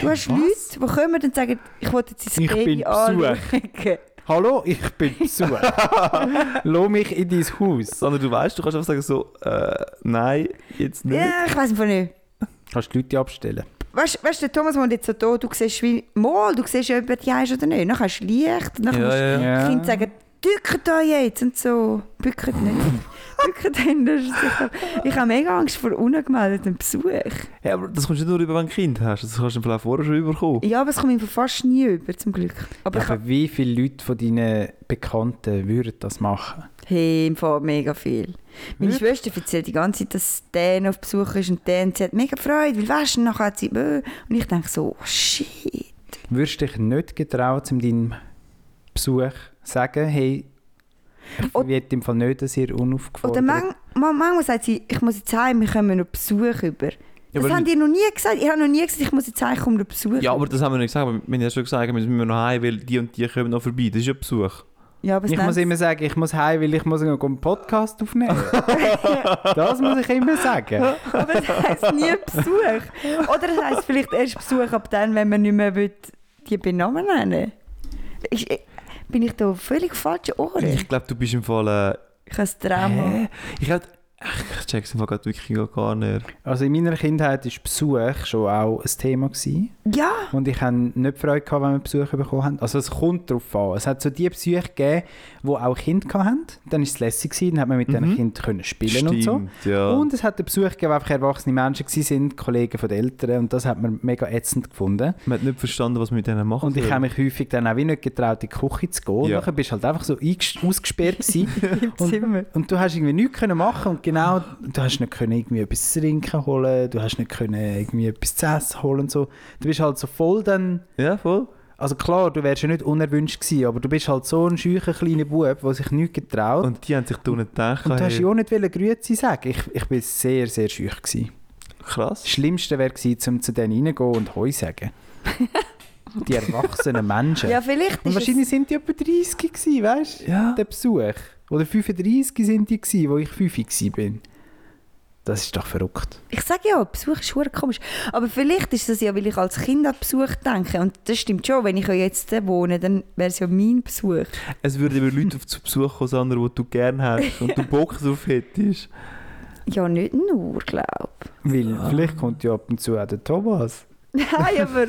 S5: Du hast Leute, die kommen und sagen, ich wollte jetzt dein
S3: Ich bin
S5: Baby
S3: Besuch.
S5: anschauen. (laughs)
S3: Hallo, ich bin
S4: (laughs)
S3: Besuch. Lass mich in dein Haus.
S4: Sondern du weißt, du kannst einfach sagen so, äh, nein, jetzt nicht.
S5: Ja, ich weiß einfach nicht.
S3: Kannst du die Leute abstellen?
S5: Weißt weißt du, Thomas wohnt jetzt so da, du siehst wie mal, du siehst, ob er die hast oder nicht. Dann hast du Licht, dann musst
S4: ja.
S5: die Kinder sagen, «Dückt da jetzt!» und so.
S4: (laughs)
S5: Bückt nicht. Bückt hin. das ist sicher- Ich habe mega Angst vor unangemeldetem Besuch.
S4: Hey, aber das kommst du nicht nur über, wenn du ein Kind hast. Das kannst du vielleicht vorher schon überkommen.
S5: Ja, aber es kommt einfach fast nie über, zum Glück. Aber ich
S3: Aber
S5: habe,
S3: wie viele Leute von deinen Bekannten würden das machen?
S5: hey, im Fall mega viel. Meine Schwester erzählt die ganze Zeit, dass der auf Besuch ist und der und sie hat mega Freude, weil weißt du, nachher hat sie... «Bö.» Und ich denke so, oh, shit.
S3: Würdest du dich nicht getrauen, zu deinem Besuch sagen, hey, ich
S5: Oder-
S3: will im Fall nicht, dass ihr
S5: Oder
S3: unaufgefordert
S5: man, man, manchmal sagt sie, ich muss jetzt heim, wir kommen noch Besuch über. Das
S4: aber-
S5: haben die noch nie gesagt. Ich habe noch nie gesagt, ich muss jetzt heim, komm noch Besuch
S4: Ja, aber das haben wir nicht gesagt. Aber wir haben ja schon gesagt, wir müssen noch heim, weil die und die kommen noch vorbei. Das ist ja Besuch.
S5: ja, aber es
S3: Ich
S5: nennt
S3: muss immer sagen, ich muss heim, weil ich muss noch einen Podcast aufnehmen. das muss ich immer sagen.
S5: (laughs) Aber es heisst nie Besuch. Oder es heisst vielleicht erst Besuch ab dann, wenn man nicht mehr will, die Benamen nennen ich, ich- Bin ich da völlig falsche Ohren?
S4: Ich glaube, du bist im Fall...
S5: Ich habe ein
S4: Äh,
S5: Trauma.
S4: hä? ich glaube... Ich check's im Fall gerade wirklich gar nicht.
S3: Also in meiner Kindheit war Besuch schon auch ein Thema. Gewesen.
S5: Ja,
S3: Und ich hatte nicht Freude, gehabt, wenn wir Besuch bekommen haben. Also es kommt darauf an. Es hat so die Besuche gegeben, die auch Kinder hatten. Dann war es lässig, gewesen, dann hat man mit diesen Kindern können spielen und so.
S4: ja.
S3: Und es hat einen Besuch gegeben, wo einfach erwachsene Menschen waren, Kollegen von den Eltern. Und das hat man mega ätzend gefunden.
S4: Man hat nicht verstanden, was wir mit denen machen
S3: Und ich
S4: sollen.
S3: habe mich häufig dann auch wie nicht getraut, in die Küche zu gehen.
S4: Ja.
S3: Nachher bist du halt einfach so einges- ausgesperrt gewesen.
S5: im Zimmer.
S3: und du hast irgendwie nichts können machen und genau, du hast nicht können irgendwie etwas zu trinken holen, du hast nicht können irgendwie etwas zu essen holen und so. Du bist halt so voll dann...
S4: Ja, voll.
S3: Also klar, du wärst ja nicht unerwünscht gewesen, aber du bist halt so ein scheucher kleiner Bub, der sich nichts getraut. Und,
S4: Und die haben sich da unten gedacht.
S3: du hast
S4: hey,
S3: ja auch nicht wollen Grüezi sagen. Ich, ich bin sehr, sehr schüch gewesen. Das
S4: Krass.
S3: Schlimmste wäre gewesen, um zu denen reingehen und Heu sagen. die erwachsenen Menschen.
S5: ja vielleicht
S3: Und
S5: ist
S3: wahrscheinlich sind die etwa 30 gewesen, weißt du?
S4: Ja.
S3: Der Besuch. Oder 35 sind die gewesen, wo ich 5 gewesen bin. Das ist doch verrückt.
S5: Ich sage ja, Besuch ist verdammt komisch. Aber vielleicht ist das ja, weil ich als Kind an Besuch denke. Und das stimmt schon, wenn ich ja jetzt da wohne, dann wäre es ja mein Besuch.
S4: Es würden aber Leute auf zu Besuch kommen, Sandra, die du gerne
S3: (laughs)
S4: hast und du Bock drauf hättest.
S5: Ja, nicht nur, glaube
S3: Weil vielleicht kommt ja ab und zu auch der Thomas.
S5: ich. (laughs) Nein, aber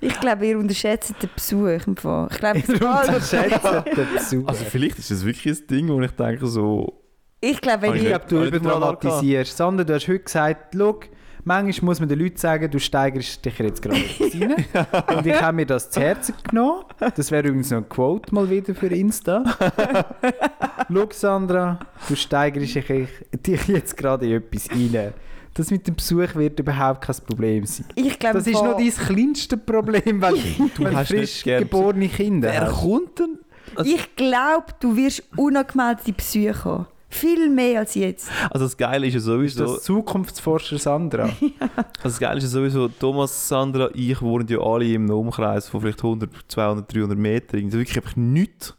S5: ich glaube, ihr unterschätzt den Besuch. Im Fall.
S3: (laughs)
S5: Ich glaube, sobald-
S3: Unterschätzen den Besuch.
S4: Also vielleicht ist das wirklich ein Ding, wo ich denke so...
S5: ich glaube, wenn
S4: Habe
S5: ich,
S3: ich glaube,
S4: nicht-
S3: du
S4: habe ich nicht mal
S3: überdramatisierst. Sandra, du hast heute gesagt, schau, manchmal muss man den Leuten sagen, du steigerst dich jetzt
S4: (laughs)
S3: gerade rein. Und ich habe mir das zu Herzen genommen. Das wäre übrigens noch ein Quote mal wieder für
S4: (laughs)
S3: Insta. schau, Sandra, du steigerst dich, dich jetzt gerade in etwas rein. Das mit dem Besuch wird überhaupt kein Problem sein.
S5: ich glaube,
S3: Das ist
S5: im
S3: noch
S5: Fall-
S3: dein kleinste Problem, wenn (laughs) du wenn
S4: Ähm, hast nicht
S3: frisch
S4: gern
S3: geborene Kinder
S4: Wer
S3: hast.
S4: kommt denn? Also-
S5: Ich glaube, du wirst unangemeldete Besuche haben. Viel mehr als (laughs) jetzt.
S4: Also das Geile ist ja
S3: Ist
S4: sowieso...
S3: das Zukunftsforscher Sandra?
S4: Also das Geile ist ja sowieso, Thomas, Sandra, ich wohnen ja alle im Umkreis von vielleicht 100, 200, 300 Metern. Also wirklich einfach nichts.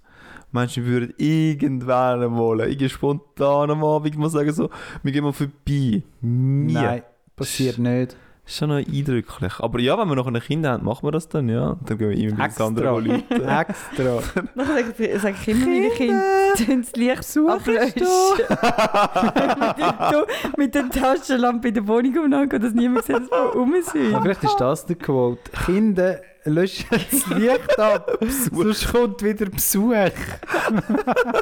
S4: Menschen würden irgendwann mal, irgendwie spontan am Abend mal sagen so, wir gehen mal vorbei. (laughs) Nie.
S3: Nein, passiert
S4: (laughs)
S3: nicht.
S4: Ist schon noch eindrücklich. Aber ja, wenn wir noch ein Kind haben, machen wir das dann, ja. Dann gehen wir immer mit
S3: Extra. (laughs)
S4: Sandra Leute.
S3: Extra.
S5: Dann sage sag ich immer meine Kinder, (laughs) tun das Licht
S3: Besuch ist
S5: ablöschen. (laughs) mit, der Taschenlampe in der Wohnung umeinander, dass niemand sieht, dass wir rum
S3: Ja,
S5: sind.
S3: vielleicht ist das der Quote. Kinder löschen das Licht ab, (laughs) sonst kommt wieder Besuch. (laughs)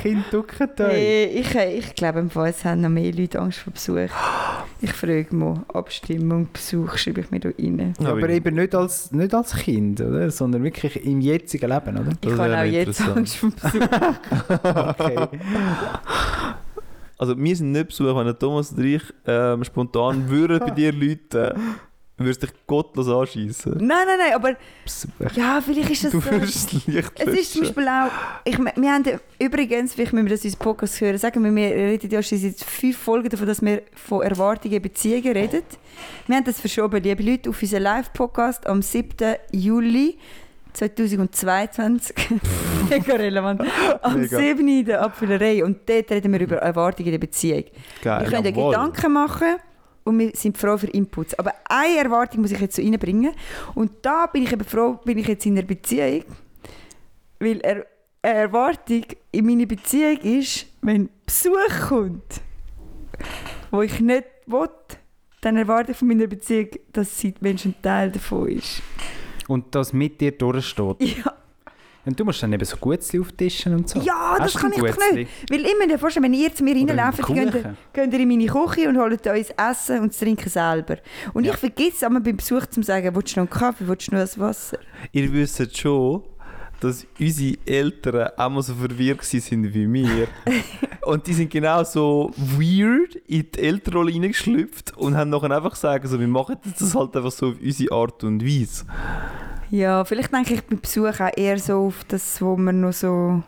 S3: Kind ducken euch.
S5: Nee, ich, äh, ich glaube, im Fall, es haben noch mehr Leute Angst
S4: (gasps)
S5: vor Besuch. Ich frage mal, Abstimmung, Besuch schreibe ich mir da rein.
S3: Ja, aber eben nicht als, nicht als Kind, oder? sondern wirklich im jetzigen Leben, oder?
S5: Ich
S4: Das
S5: habe
S4: wäre
S5: auch jetzt
S4: interessant.
S5: Angst
S4: (laughs)
S5: vor Besuch.
S3: Okay.
S4: Also wir sind nicht besucht, wenn der Thomas und ich ähm, spontan würden bei dir Leute, würdest dich gottlos anschießen.
S5: nein, nein, nein, aber
S3: Besuch.
S5: ja, vielleicht ist das
S4: Du
S5: so.
S4: würdest das Licht
S5: Es ist zum
S4: löschen.
S5: Beispiel auch, ich, me- wir haben ja- übrigens, vielleicht müssen wir das in unserem Podcast hören, sagen wir, wir reden ja schon seit fünf Folgen davon, dass wir von Erwartungen in Beziehungen reden. Wir haben das verschoben, liebe Leute, auf unseren Live-Podcast am 7. Juli 2022. Mega relevant. Am
S4: Mega.
S5: 7. in der Apfelerei und dort reden wir über Erwartungen in der Beziehung.
S4: Geil.
S5: Wir können ja
S4: Ah, Jawohl.
S5: Gedanken machen und wir sind froh für Inputs. Aber eine Erwartung muss ich jetzt so reinbringen. Und da bin ich eben froh, bin ich jetzt in einer Beziehung. Weil er, eine Erwartung in meiner Beziehung ist, wenn Besuch kommt, wo ich nicht will, dann erwarte ich von meiner Beziehung, dass sie Mensch ein Teil davon ist.
S3: (laughs)
S5: (laughs)
S3: Und das mit dir durchsteht.
S5: Ja,
S3: Und du musst dann eben so Gutzli auftischen und so.
S5: ja das
S3: Hast du ein
S5: kann ich doch
S3: Guetzli?
S5: nicht. Weil immer der vorstellen, wenn ihr zu mir
S3: Oder einen
S5: reinlauft, könnt ihr,
S3: Kuchen?
S5: gehen ihr in meine Küche und holt euch das Essen und das Trinken selber. Und ich vergesse es einmal beim Besuch zu sagen, willst du noch einen Kaffee, willst du noch ein Wasser?
S4: Ihr wisst schon, dass unsere Eltern auch mal so verwirrt gewesen sind wie wir.
S3: (laughs)
S4: und die sind genau so weird in die Elternrolle reingeschlüpft und haben nachher einfach gesagt, also wir machen jetzt das halt einfach so auf unsere Art und Weise.
S5: Ja, vielleicht denke ich beim Besuch auch eher so auf das, wo man noch so...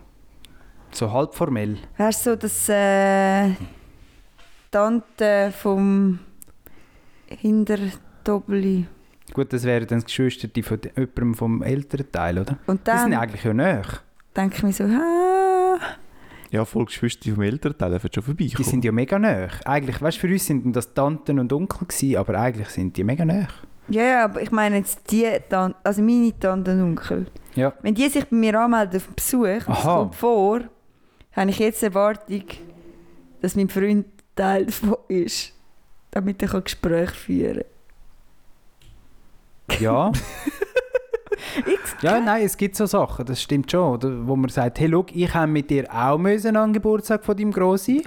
S3: So halb formell.
S5: Weißt du, so das äh, Tante vom Hinterdobli
S3: Gut, das wären dann das Geschwister die von de- jemandem vom älteren Teil, oder?
S5: und
S3: Die sind
S5: dann
S3: eigentlich ja näher.
S5: denke ich mir so, ah,
S4: Ja, voll Geschwister vom Elternteil, der wird schon vorbeikommen.
S3: Die sind ja mega nah. Eigentlich, weißt du, für uns sind das Tanten und Onkel gewesen, aber eigentlich sind die mega nah.
S5: ja, ja, aber ich meine jetzt die Tante, also meine Tante und Onkel.
S3: Ja.
S5: Wenn die sich bei mir anmelden auf Besuch, und das
S3: Aha.
S5: kommt vor, habe ich jetzt die Erwartung, dass mein Freund Teil davon ist, damit ich Gespräche führen
S3: (laughs) Ja.
S5: kann. Ich-
S3: ja, nein, es gibt so Sachen, das stimmt schon, oder? wo man sagt, hey, schau, ich habe mit dir auch müssen an den Geburtstag von deinem (laughs) Grossi.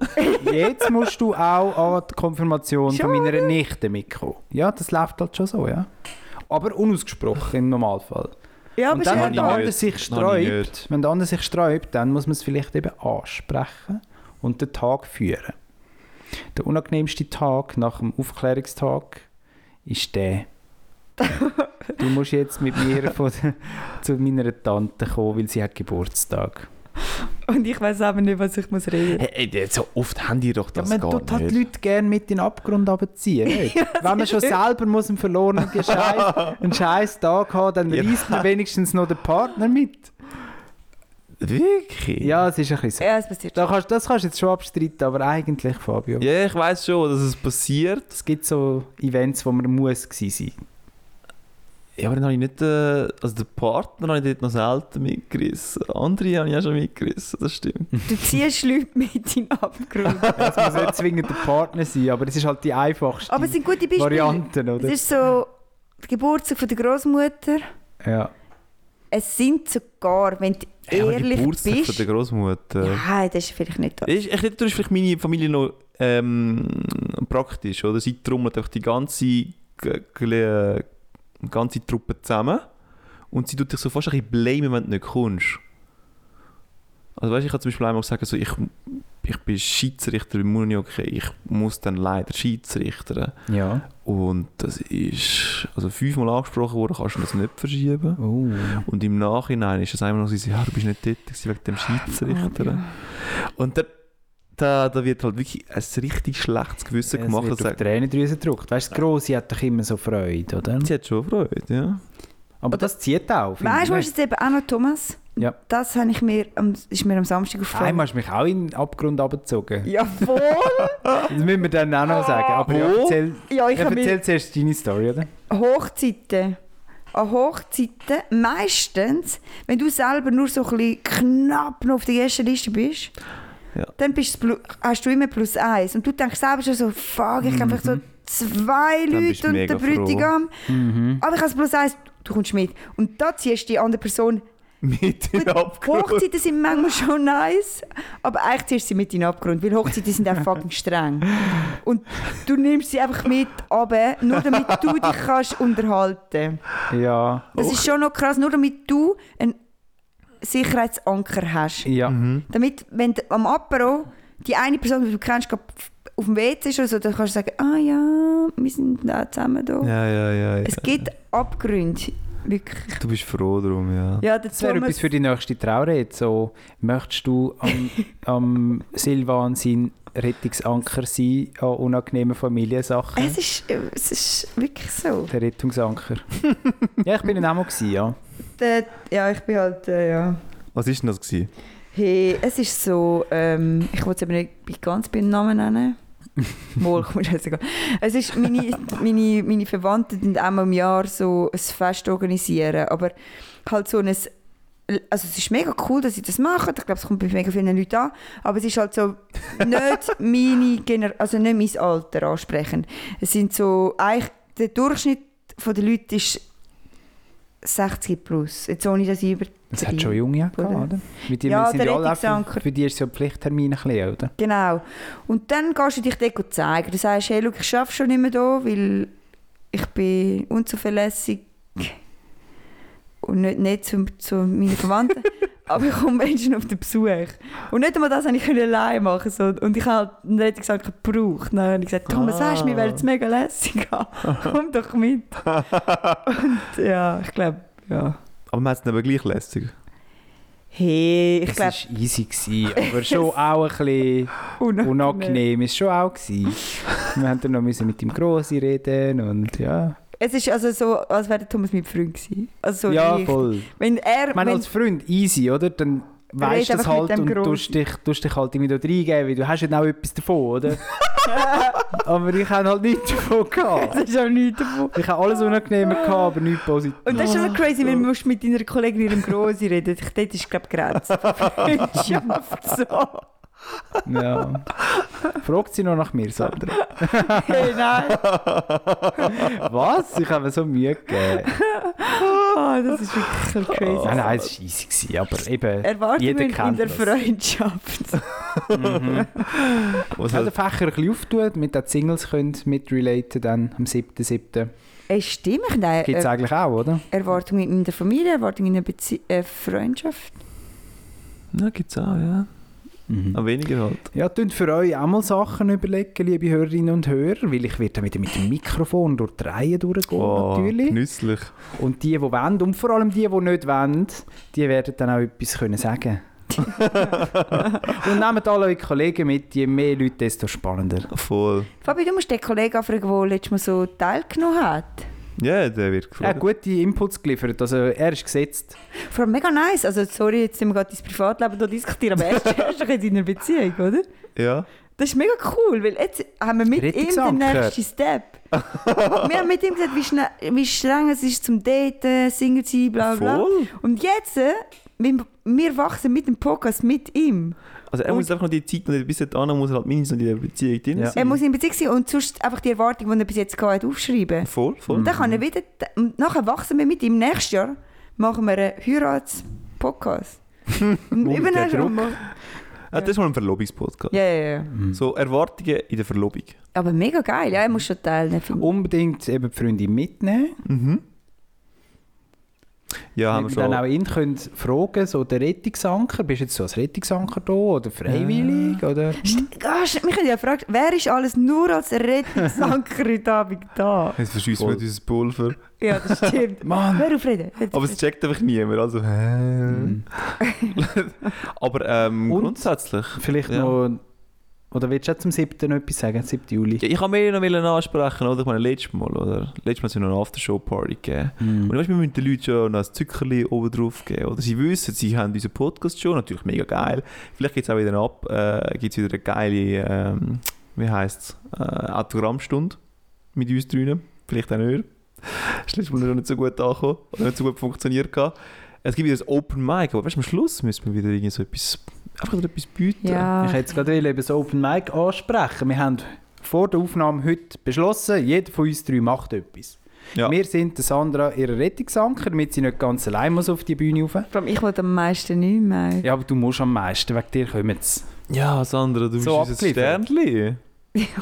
S3: Jetzt musst du auch an die Konfirmation
S5: Schon,
S3: von meiner Nichte mitkommen. Ja, das läuft halt schon so, ja. Aber unausgesprochen im Normalfall.
S5: Ja, aber
S3: und dann,
S5: ist
S4: schon
S3: wenn der
S4: noch
S3: andere
S4: nicht.
S3: sich
S4: Noch nie
S3: sträubt,
S4: nicht.
S3: wenn der andere sich sträubt, dann muss man es vielleicht eben ansprechen und den Tag führen. Der unangenehmste Tag nach dem Aufklärungstag ist
S5: (laughs)
S3: der. du musst jetzt mit mir von, der- zu meiner Tante kommen, weil sie hat Geburtstag.
S5: Und ich weiß aber nicht, was ich muss reden muss.
S4: Hey, hey, so oft haben die doch
S3: Ja,
S4: das
S3: man tut
S4: gar
S3: halt die
S4: nicht.
S3: Leute gerne mit in den Abgrund
S4: (laughs)
S3: runterziehen. nicht? Wenn man schon selber muss einen verlorenen Scheiß, einen Scheiß Tag haben, dann
S4: Ja.
S3: reißt man wenigstens noch den Partner mit.
S4: Wirklich?
S3: Ja, es ist ein bisschen so.
S5: Ja, es passiert.
S3: Da kannst, das kannst du jetzt schon abstreiten, aber eigentlich, Fabio.
S4: Ja, ich weiß schon, dass es passiert.
S3: Es gibt so Events, wo man muss gewesen sein
S4: Ja, aber dann habe ich nicht. Äh, also den Partner habe ich dort noch selten mitgerissen. Andere habe ich auch schon mitgerissen, das stimmt.
S5: Du ziehst Leute mit in den Abgrund.
S3: (laughs) Ja, Es muss nicht zwingend der Partner sein, aber es ist halt die einfachste
S5: Aber es sind gute Beispiele.
S3: Variante,
S5: Es
S3: oder?
S5: ist so der Geburtstag von der Großmutter.
S3: Ja.
S5: Es sind sogar, wenn du
S4: aber
S5: ehrlich
S4: Geburtstag von
S5: bist.
S4: der Großmutter.
S5: Nein, das ist vielleicht nicht da.
S4: Ich, ich hätte das ist vielleicht meine Familie noch ähm, praktisch, oder? Sie trommelt einfach die ganze, g- g- äh, ganze Truppe zusammen und sie tut dich so fast ein bisschen blamen, wenn du nicht kommst. Also weißt, ich kann zum Beispiel einmal sagen, so, ich, ich bin Schiedsrichter im Munioke, ich muss dann leider Schiedsrichter.
S3: Ja.
S4: Und das ist also fünfmal angesprochen worden, kannst du das nicht verschieben.
S3: Oh.
S4: Und im Nachhinein ist es einmal noch so, ja, du bist nicht dort gewesen wegen dem
S5: Ah,
S4: Schiedsrichter. Und da, da, da wird halt wirklich ein richtig schlechtes Gewissen
S3: Es
S4: gemacht.
S3: wird
S4: und
S3: auf
S4: sagt,
S3: Tränendrüse gedrückt. Weißt du, die Grosse hat doch immer so Freude, oder?
S4: Sie hat schon Freude, ja. (laughs)
S3: Aber das zieht auch. finde
S5: Weißt du,
S3: ich.
S5: was
S3: ne?
S5: ist jetzt eben auch noch Thomas?
S3: Ja.
S5: Das habe ich mir am, ist mir am Samstag aufgefallen.
S3: Einmal hast du mich auch in den Abgrund abgezogen.
S5: Jawohl! (laughs)
S3: Das müssen wir dann auch noch sagen. Aber ja,
S4: Wo?
S3: erzähl,
S5: Oh. ja, ich
S3: ja,
S5: habe mir
S3: erzähl zuerst deine Story, oder?
S5: Hochzeiten. An Hochzeiten, meistens, wenn du selber nur so ein bisschen knapp noch auf der ersten Liste bist,
S4: Ja.
S5: dann bist du, plu- hast du immer plus eins. Und du denkst selber schon so, fuck, ich habe einfach so zwei
S4: Mhm. Dann bist
S5: Leute
S4: du
S5: und
S4: mega Mhm.
S5: der Bräutigam. Aber ich habe plus eins, du kommst mit. Und da ziehst du die andere Person
S4: Mit in den
S5: Gut,
S4: Abgrund.
S5: Hochzeiten sind manchmal schon nice, aber eigentlich ziehst du sie mit in den Abgrund, weil Hochzeiten sind auch fucking streng. Und du nimmst sie einfach mit runter, nur damit du dich
S4: (laughs)
S5: kannst unterhalten
S3: Ja.
S5: Das ist schon noch krass, nur damit du einen Sicherheitsanker hast.
S3: Ja.
S5: Damit, wenn du am Apero die eine Person, die du kennst, gerade auf dem WC ist oder so, dann kannst du sagen, ah ja, wir sind da zusammen da.
S4: Ja, ja, ja, ja.
S5: Es gibt Abgründe, wirklich.
S4: Du bist froh drum, ja.
S5: Ja, der
S3: Das wäre
S5: Thomas-
S3: etwas für die nächste Traurede. So, möchtest du
S5: (laughs)
S3: am, am Silvan sein Rettungsanker sein an unangenehmen Familiensachen?
S5: es ist, es ist wirklich so.
S3: Der
S5: (laughs)
S3: Rettungsanker. ja, ich bin ein Amo, ja.
S5: Der, ja, ich bin halt, äh, ja.
S4: Was ist denn das gewesen?
S5: Hey, es ist so, ähm, ich wollte es aber nicht bei- ganz beim
S3: (laughs)
S5: Namen nennen. Mal, komm, scheißegal. Es ist, meine, meine, meine Verwandten sind einmal im Jahr so ein Fest organisieren, aber halt so ein, also es ist mega cool, dass sie das machen, ich glaube, es kommt bei mega vielen Leuten an, aber es ist halt so
S3: (laughs)
S5: nicht meine Gener also nicht mein Alter ansprechend. Es sind so, eigentlich, der Durchschnitt der Leute ist 60 plus, jetzt ohne, dass ich über
S3: Das hat schon Junge auch gehabt,
S5: Oder?
S3: oder? Mit dir
S5: Ja,
S3: sind
S5: der
S3: ja alle
S5: Rettungsanker.
S3: für, für dich ist so ein Pflichttermin, ein bisschen, oder?
S5: Genau. Und dann gehst du dich dort zeigen. Du sagst, hey, schau, ich arbeite schon nicht mehr hier, weil ich bin unzuverlässig und nicht nett zu, zu
S3: (laughs)
S5: meinen Verwandten. Aber ich komme Menschen auf den Besuch. Und nicht einmal das konnte ich alleine machen. So. Und ich habe halt nicht gesagt, ich gebraucht. Dann habe ich gesagt, Thomas,
S4: Ah.
S5: weißt du, wir werden es mega lässig
S3: (laughs)
S5: haben. Komm doch mit. Und ja, ich glaube, ja.
S4: Aber man hat es dann aber gleich lässig.
S5: Hey, ich
S3: Es
S5: glaube,
S3: war easy, gewesen, aber
S5: (laughs)
S3: schon auch ein bisschen unangenehm. Ist schon auch gewesen. Wir haben dann noch müssen mit dem Grossi reden und ja.
S5: Es ist also so, als wäre der Thomas mein Freund gewesen. Also so
S3: ja,
S5: richtig.
S3: voll.
S5: Wenn er,
S3: Ich meine,
S5: wenn,
S3: als Freund easy, oder? Dann weißt du
S5: Red
S3: das
S5: einfach
S3: halt
S5: mit dem
S3: und
S5: Grossi.
S3: tust dich, tust dich halt immer da reingeben, weil du hast ja auch etwas davon,
S5: (laughs)
S3: oder? aber ich habe halt nichts davon
S5: das
S3: gehabt.
S5: ist auch nichts davon.
S3: Ich habe alles Unangenehme gehabt, aber nichts Positives.
S5: Und das ist
S3: Ah.
S5: schon noch crazy, wenn du musst mit deiner Kollegin in ihrem Grossi reden Ich Dort ist, glaube ich,
S3: (laughs)
S5: die Grenze von Freundschaft. So.
S3: Ja. Fragt sie noch nach mir, Sandra.
S5: Hey, nein.
S3: Was? Ich habe mir so Mühe gegeben.
S5: Oh, das ist wirklich so crazy.
S3: Nein, nein, es war easy, gewesen, aber eben, jeder
S5: Erwartungen in
S3: kennt
S5: der
S3: das. (laughs)
S5: Freundschaft.
S4: Was
S3: wenn der
S4: hat,
S3: Fächer ein bisschen auftut, mit den Singles könnt mitrelaten dann am 7.7.
S5: Ey, stimmt, ich nein.
S3: Gibt es
S5: Er
S3: eigentlich auch, oder?
S5: Erwartungen in der Familie, Erwartungen in der Bezie äh, Freundschaft.
S4: ja, gibt's auch, ja.
S5: Mhm.
S4: Aber weniger halt.
S3: Ja, könnt für euch auch mal Sachen überlegen, liebe Hörerinnen und Hörer, weil ich werde dann wieder mit dem Mikrofon durch die Reihe durchgehen,
S4: Oh,
S3: natürlich.
S4: Genüsslich.
S3: Und die, die wollen, und vor allem die, die nicht wollen, die werden dann auch etwas können
S4: (laughs)
S3: sagen Und nehmt alle eure Kollegen mit, je mehr Leute, desto spannender.
S4: Voll.
S5: Fabi, du musst den Kollegen anfragen, der letztes Mal so teilgenommen hat.
S4: Ja, der wird
S3: Er
S4: gefreut.
S3: hat Äh, gute Inputs geliefert, also er ist gesetzt.
S5: Vor allem mega nice. Also, sorry, jetzt sind wir gerade dein Privatleben hier diskutieren, aber er (laughs) ist er ist doch in deiner Beziehung, oder?
S4: Ja.
S5: Das ist mega cool, weil jetzt haben wir mit
S3: Richtig
S5: ihm den
S3: zusammen
S5: nächsten Step. wir haben mit ihm gesagt, wie, schne- wie streng es ist zum Daten, Single sein, bla bla.
S4: Voll.
S5: Und jetzt, äh, wir, wir wachsen mit dem Podcast mit ihm.
S4: Also er
S5: Und-
S4: muss einfach noch die Zeit, und bis dahin muss er halt mindestens in der Beziehung drin
S3: Ja.
S4: sein.
S5: Er muss in Beziehung sein und sonst einfach die Erwartung, die er bis jetzt hatte, aufschreiben.
S4: Voll, voll.
S5: Und dann
S3: Mhm.
S5: kann er wieder, und nachher wachsen wir mit ihm. Nächstes Jahr machen wir einen
S3: (laughs)
S5: Heirats-Podcast. und
S3: der
S5: übernächstes Jahr
S3: Druck.
S5: machen
S4: Ah, das ist mal ein Verlobungspodcast.
S5: Ja, ja, ja.
S4: So Erwartungen in der Verlobung.
S5: Aber mega geil, ja, er muss schon teilnehmen. finde ich.
S3: Unbedingt eben die Freundin mitnehmen.
S4: Mhm. Ja, haben
S3: Wenn
S4: wir
S3: wir
S4: schon.
S3: dann auch ihn könnt fragen, so der Rettungsanker, bist du jetzt so als Rettungsanker da oder freiwillig? Oder?
S5: St- Ah, Gosh, mich hat ja gefragt, wer ist alles nur als Rettungsanker heute Abend da?
S4: Jetzt verschießen wir
S3: Voll.
S4: dieses Pulver.
S5: Ja, das stimmt.
S3: Mann.
S5: Hör auf reden. Hör auf
S4: Aber es
S5: reden.
S4: checkt einfach niemand. Also, hä? (laughs) Aber ähm,
S3: Und-
S4: ehm, grundsätzlich.
S3: Vielleicht
S4: Ja.
S3: noch. Oder willst du auch zum 7. etwas sagen? 7. Juli.
S4: Ja, ich kann mir noch wollen ansprechen, oder? Ich meine, letztes Mal, oder? Letztes Mal sind wir noch eine Aftershow-Party gegeben. Und weißt, wir müssen den Leuten schon noch ein Zuckerli oben drauf geben. Oder sie wissen, sie haben unseren Podcast schon, natürlich mega geil. Vielleicht gibt es auch wieder, eine Ab äh, gibt's wieder eine geile, ähm, wie heisst es, äh, Autogrammstunde mit uns drinnen. Vielleicht auch nicht. Ist letztes Mal noch nicht so gut angekommen oder nicht so gut funktioniert. gehabt. Es gibt wieder ein Open Mic, aber weißt, am Schluss müssen wir wieder irgendwie so etwas, einfach wieder etwas bieten.
S5: Ja.
S3: Ich hätte jetzt gerade wollen, eben das Open Mic ansprechen. Wir haben vor der Aufnahme heute beschlossen, jeder von uns drei macht etwas.
S4: Ja.
S3: Wir sind der Sandra ihre Rettungsanker, damit sie nicht ganz allein muss auf die Bühne rauf.
S5: Vor allem, Ich wollte am meisten nicht mehr.
S3: Ja, aber du musst am meisten, wegen dir kommen sie.
S4: ja, Sandra, du
S3: So
S4: bist unser
S3: abgeliefert.
S4: Sternli.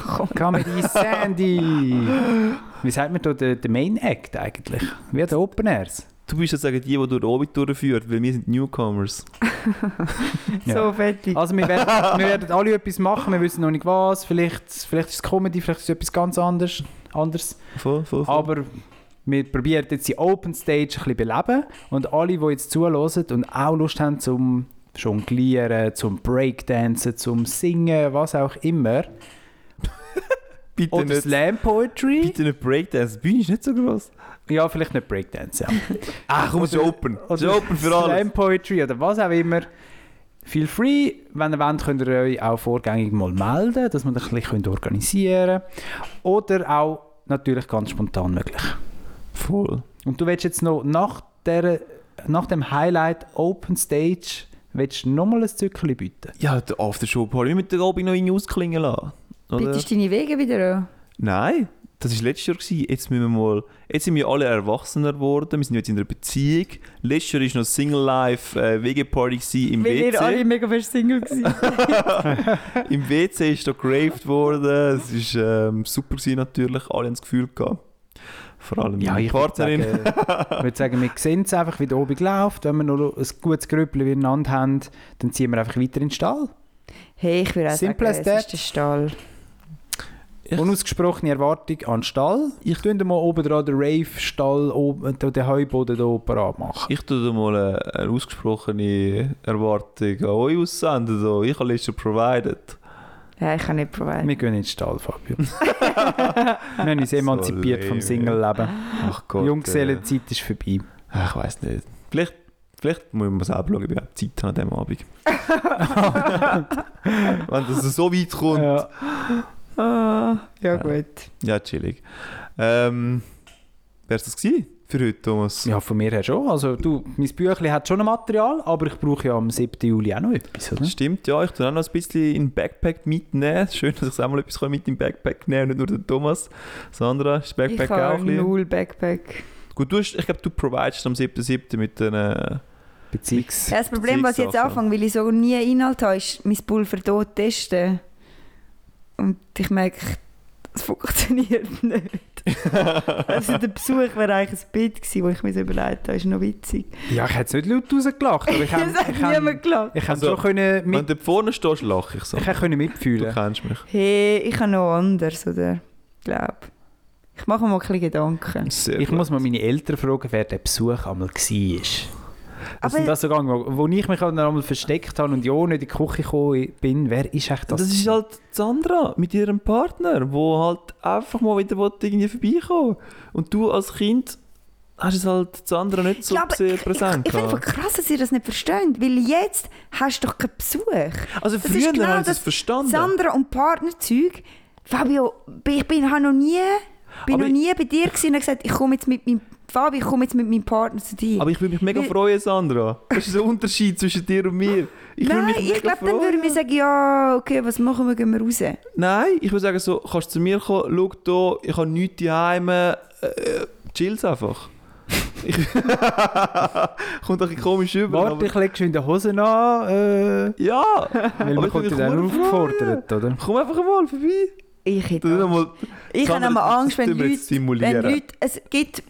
S5: Komm.
S3: Komm mit uns, Sandy!
S4: (laughs)
S3: Wie sagt man da, der, der Main Act eigentlich? Wie der Open Airs?
S4: Du bist sozusagen die, die durch den Orbit durchführt, weil wir sind Newcomers.
S3: Ja.
S5: So fertig.
S3: Also wir werden,
S4: (laughs)
S3: wir werden alle etwas machen, wir wissen noch nicht was. Vielleicht, vielleicht ist es Comedy, vielleicht ist es etwas ganz anderes. anderes.
S4: Voll, voll, voll.
S3: Aber wir probieren jetzt die Open Stage ein bisschen beleben und alle, die jetzt zuhören und auch Lust haben zum Jonglieren, zum Breakdancen, zum Singen, was auch immer.
S4: bitte
S3: Oder
S4: nicht,
S3: Slam Poetry.
S4: bitte nicht Breakdance. Die Bühne ist nicht so groß.
S3: Ja, vielleicht nicht Breakdance, ja.
S4: Ach Ah, komm, es ist open. Es ist open für
S3: Slam
S4: alles.
S3: Poetry oder was auch immer. Feel free. Wenn ihr wollt, könnt ihr euch auch vorgängig mal melden, dass wir das ein bisschen organisieren können. Oder auch natürlich ganz spontan möglich.
S4: Voll.
S3: Und du willst jetzt noch nach, der, nach dem Highlight Open Stage willst du nochmal ein Zückchen bieten?
S4: Ja, der Aftershow-Party. Wir müssen den Obi noch irgendwie ausklingen lassen. Oder?
S5: Bitte ist deine Wege wieder an.
S4: Nein, das war letztes Jahr. Gewesen. Jetzt müssen wir mal... Jetzt sind wir alle erwachsener geworden. Wir sind jetzt in einer Beziehung. Letztes Jahr war noch Single-Life-WG-Party im
S5: Weil
S4: WC.
S5: ihr alle mega fest Single waren.
S4: (laughs) Im WC ist da gegraved worden. Es war ähm, super gewesen, natürlich. Alle haben das Gefühl gehabt. Vor allem meine
S3: würde
S4: Partnerin.
S3: sagen,
S4: (laughs)
S3: ich würde sagen, wir sehen es einfach, wie der oben läuft. Wenn wir noch ein gutes Grüppel miteinander haben, dann ziehen wir einfach weiter in den Stall.
S5: (laughs) Hey, ich würde auch
S3: Simple as
S5: sagen, es ist
S3: that.
S5: der Stall.
S4: Ich-
S3: Unausgesprochene Erwartung an den Stall. Ich könnte mal oben dran den Rave-Stall, oben- den Heuboden hier parat machen.
S4: Ich tue dir mal eine, eine ausgesprochene Erwartung an euch aussenden. So. Ich habe letztes Jahr provided.
S5: Ja, ich kann nicht probieren.
S3: Wir gehen in den Stall,
S4: (laughs)
S3: Fabio. wir haben uns
S4: So
S3: emanzipiert vom
S4: lame,
S3: Single-Leben.
S4: Ach Gott.
S3: Junggesellenzeit ist vorbei.
S4: Äh, ich weiß nicht. Vielleicht, vielleicht muss ich mal selber schauen, ob ich überhaupt Zeit habe an diesem Abend. Wenn das so weit kommt.
S3: Ja.
S5: Ah, ja, gut.
S4: Ja, chillig. Ähm, Wär's das gewesen für heute, Thomas?
S3: Ja, von mir her schon. Also, du, mein Büchlein hat schon ein Material, aber ich brauche ja am 7. Juli auch noch etwas, oder?
S4: Stimmt, ja, ich tue auch noch ein bisschen in den Backpack mitnehmen. Schön, dass ich auch mal etwas mit in den Backpack nehmen kann, nicht nur der Thomas. Sandra, ist das
S5: Ich
S4: Backpack auch ein
S5: habe
S4: bisschen?
S5: null Backpack.
S4: Gut, du hast, ich glaube, du providest am 7.7. mit den... Äh,
S3: Beziehungs.
S5: Ja, das Problem, was ich jetzt
S4: Beziehungssachen.
S5: anfange, weil ich so nie Inhalt habe, ist mein Pulver dort testen. Und ich merke, es funktioniert (laughs) nicht.
S3: (laughs)
S5: also der Besuch wäre eigentlich ein Bild gewesen, wo ich mir so überlegt habe, ist noch witzig.
S3: Ja, ich hätte es nicht laut rausgelacht, aber
S4: (laughs)
S5: (laughs)
S3: ich
S5: das hat
S3: hätte
S5: niemand gelacht.
S3: ich also,
S4: Also,
S3: schon können
S4: wenn
S3: mit,
S4: du da vorne stehst, lache ich so.
S3: ich hätte können
S4: Du
S3: mitfühlen
S4: kennst mich.
S5: Hey, ich habe noch anders, oder? Ich glaube. Ich mache mir mal ein bisschen Gedanken.
S4: Sehr
S3: Ich
S4: gut.
S3: muss mal meine Eltern fragen, wer der Besuch einmal war. Das
S5: Aber-
S3: sind das so gegangen. Wo wo ich mich dann einmal versteckt habe und ja nicht in die Küche gekommen bin, wer ist echt das?
S4: Das, ist halt Sandra mit ihrem Partner, wo halt einfach mal wieder will, irgendwie vorbeikommen Und du als Kind hast es halt Sandra nicht so
S5: Ja, aber
S4: sehr
S5: ich-
S4: präsent.
S5: Ich, ich finde
S4: gehabt.
S5: es krass, dass ihr das nicht versteht, weil jetzt hast du doch keinen Besuch.
S4: also
S5: Das
S4: früher
S5: ist genau
S4: haben sie es
S5: das
S4: verstanden.
S5: Sandra und Partnerzeug. Fabio, ich bin, habe noch nie, bin
S4: Aber
S5: noch
S4: ich-
S5: nie bei dir gewesen und gesagt, ich komme jetzt mit meinem Fabio, ich komme jetzt mit meinem Partner zu dir.
S4: aber ich würde mich mega
S5: Weil-
S4: freuen, Sandra. Das ist ein Unterschied zwischen dir und mir. Ich würde
S5: Nein,
S4: mich mega
S5: ich glaube, dann
S4: freuen.
S5: würden wir sagen, ja, okay, was machen wir, gehen wir raus.
S4: Nein, ich würde sagen so, kannst du zu mir kommen, schau hier, ich habe nichts daheim, äh, äh, chill's einfach. Ich (laughs) Kommt ein bisschen komisch über.
S3: Warte,
S4: aber-
S3: ich lege schon in die Hose an, äh,
S4: Ja,
S3: weil
S4: Aber
S3: man
S4: ich
S3: kommt
S4: bin
S3: dann
S4: mich
S3: aufgefordert, oder?
S4: komm einfach mal vorbei.
S5: Ich hätte
S4: Du
S5: Angst.
S4: mal,
S5: Ich habe
S4: Sandra,
S5: immer
S4: das
S5: Angst, wenn
S4: tun wir
S5: Leute,
S4: jetzt
S5: wenn
S4: simulieren.
S5: Leute, es gibt,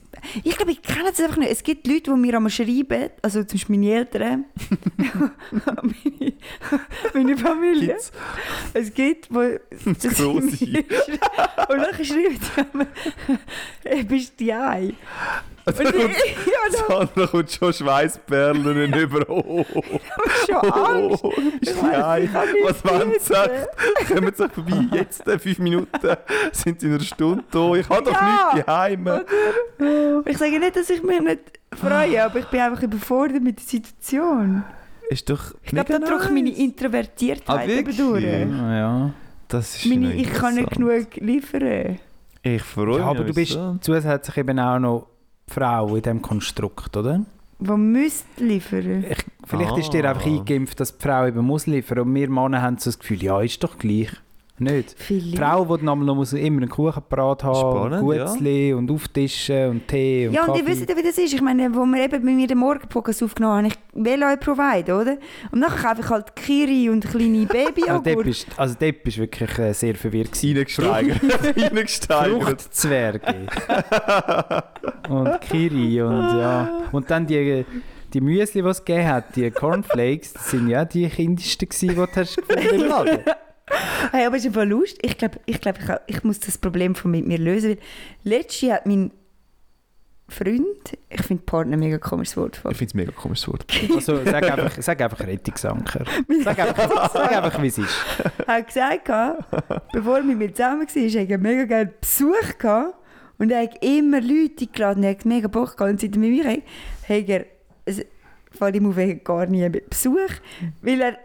S5: ich glaube, ich kenne es einfach nicht, es gibt Leute, die mir einmal schreiben, also zum Beispiel meine Eltern, (laughs) meine, meine Familie,
S4: Kids. (laughs)
S5: es gibt, die zu
S4: Grosse.
S5: mir schreiben. (laughs) und dann schreiben die mir, «Hey, bist du die ein?» Und
S4: (laughs)
S5: ich, ich habe
S4: Sandra kommt schon Schweißperlen über. Oh, oh, oh,
S5: (laughs) schon
S4: oh,
S5: Angst.
S4: oh. (laughs) Ist die
S5: weiss,
S4: ein?
S5: ich kann nicht
S4: Was wollen sie?
S5: wissen.
S4: Kommen sie vorbei. Jetzt, in fünf Minuten, (laughs) sind sie in einer Stunde da. Ich habe doch
S5: Ja.
S4: nichts daheim.
S5: Und Ich sage nicht, dass ich mich nicht
S4: (sighs)
S5: freue, aber ich bin einfach überfordert mit der Situation.
S4: Ist doch
S5: Ich glaube, da drückt meine Introvertiertheit
S4: Ah, wirklich?
S5: eben durch.
S3: Ja, ja.
S4: Das ist
S5: Meine,
S4: noch
S5: ich kann nicht
S4: interessant.
S5: genug liefern.
S4: Ich freue
S3: ja
S4: mich.
S3: aber du bist
S4: (laughs) wieso?
S3: zusätzlich eben auch noch Frau in diesem Konstrukt, oder?
S5: Wo müsst ihr liefern?
S3: Ich, vielleicht ist
S4: Ah.
S3: dir einfach eingeimpft, dass die Frau eben muss liefern und wir Männer haben so das Gefühl, ja, ist doch gleich. Nicht? Die
S5: Viele.
S3: Frau, die noch mal- muss immer einen Kuchen parat haben,
S4: Spannend,
S3: Gutzli und auftischen und Tee und
S5: ja, und
S3: Kaffee.
S5: ihr wisst ja, wie das ist. Ich meine, wo wir eben bei mir den Morgenpodcast aufgenommen haben, ich will euch provide, oder? Und nachher kaufe ich halt Kiri und
S3: (laughs)
S5: kleine baby
S3: also, dort
S5: -Joghurt.
S3: bist, also dort bist du wirklich äh, sehr verwirrt gewesen. (laughs)
S4: Reingesteigert. Reingesteigert.
S3: Fruchtzwerge (laughs) und Kiri und ja. Und dann die, die Müsli, die es gegeben hat, die Cornflakes, das sind ja die kindischsten gewesen, die du hast gefunden im Laden.
S5: Hey, aber es ist einfach Lust. Ich glaube, ich, glaub, ich, ha- ich muss das Problem von mit mir lösen. Weil letztes Jahr hat mein Freund, ich finde Partner ein mega komisches Wort,
S4: Ich finde es mega komisches Wort.
S3: Also sag einfach, sag einfach Rettungsanker. Sag einfach, sag einfach wie es ist.
S5: hat gesagt, gehabt, bevor wir mit mir zusammen waren, hatte ich mega gerne Besuch. Gehabt. Und er hat immer Leute eingeladen, er hat mega Bock gehabt. Und seit er mit mir hat, hat er, es fällt ihm auf, er hat gar nie mit Besuch. Weil er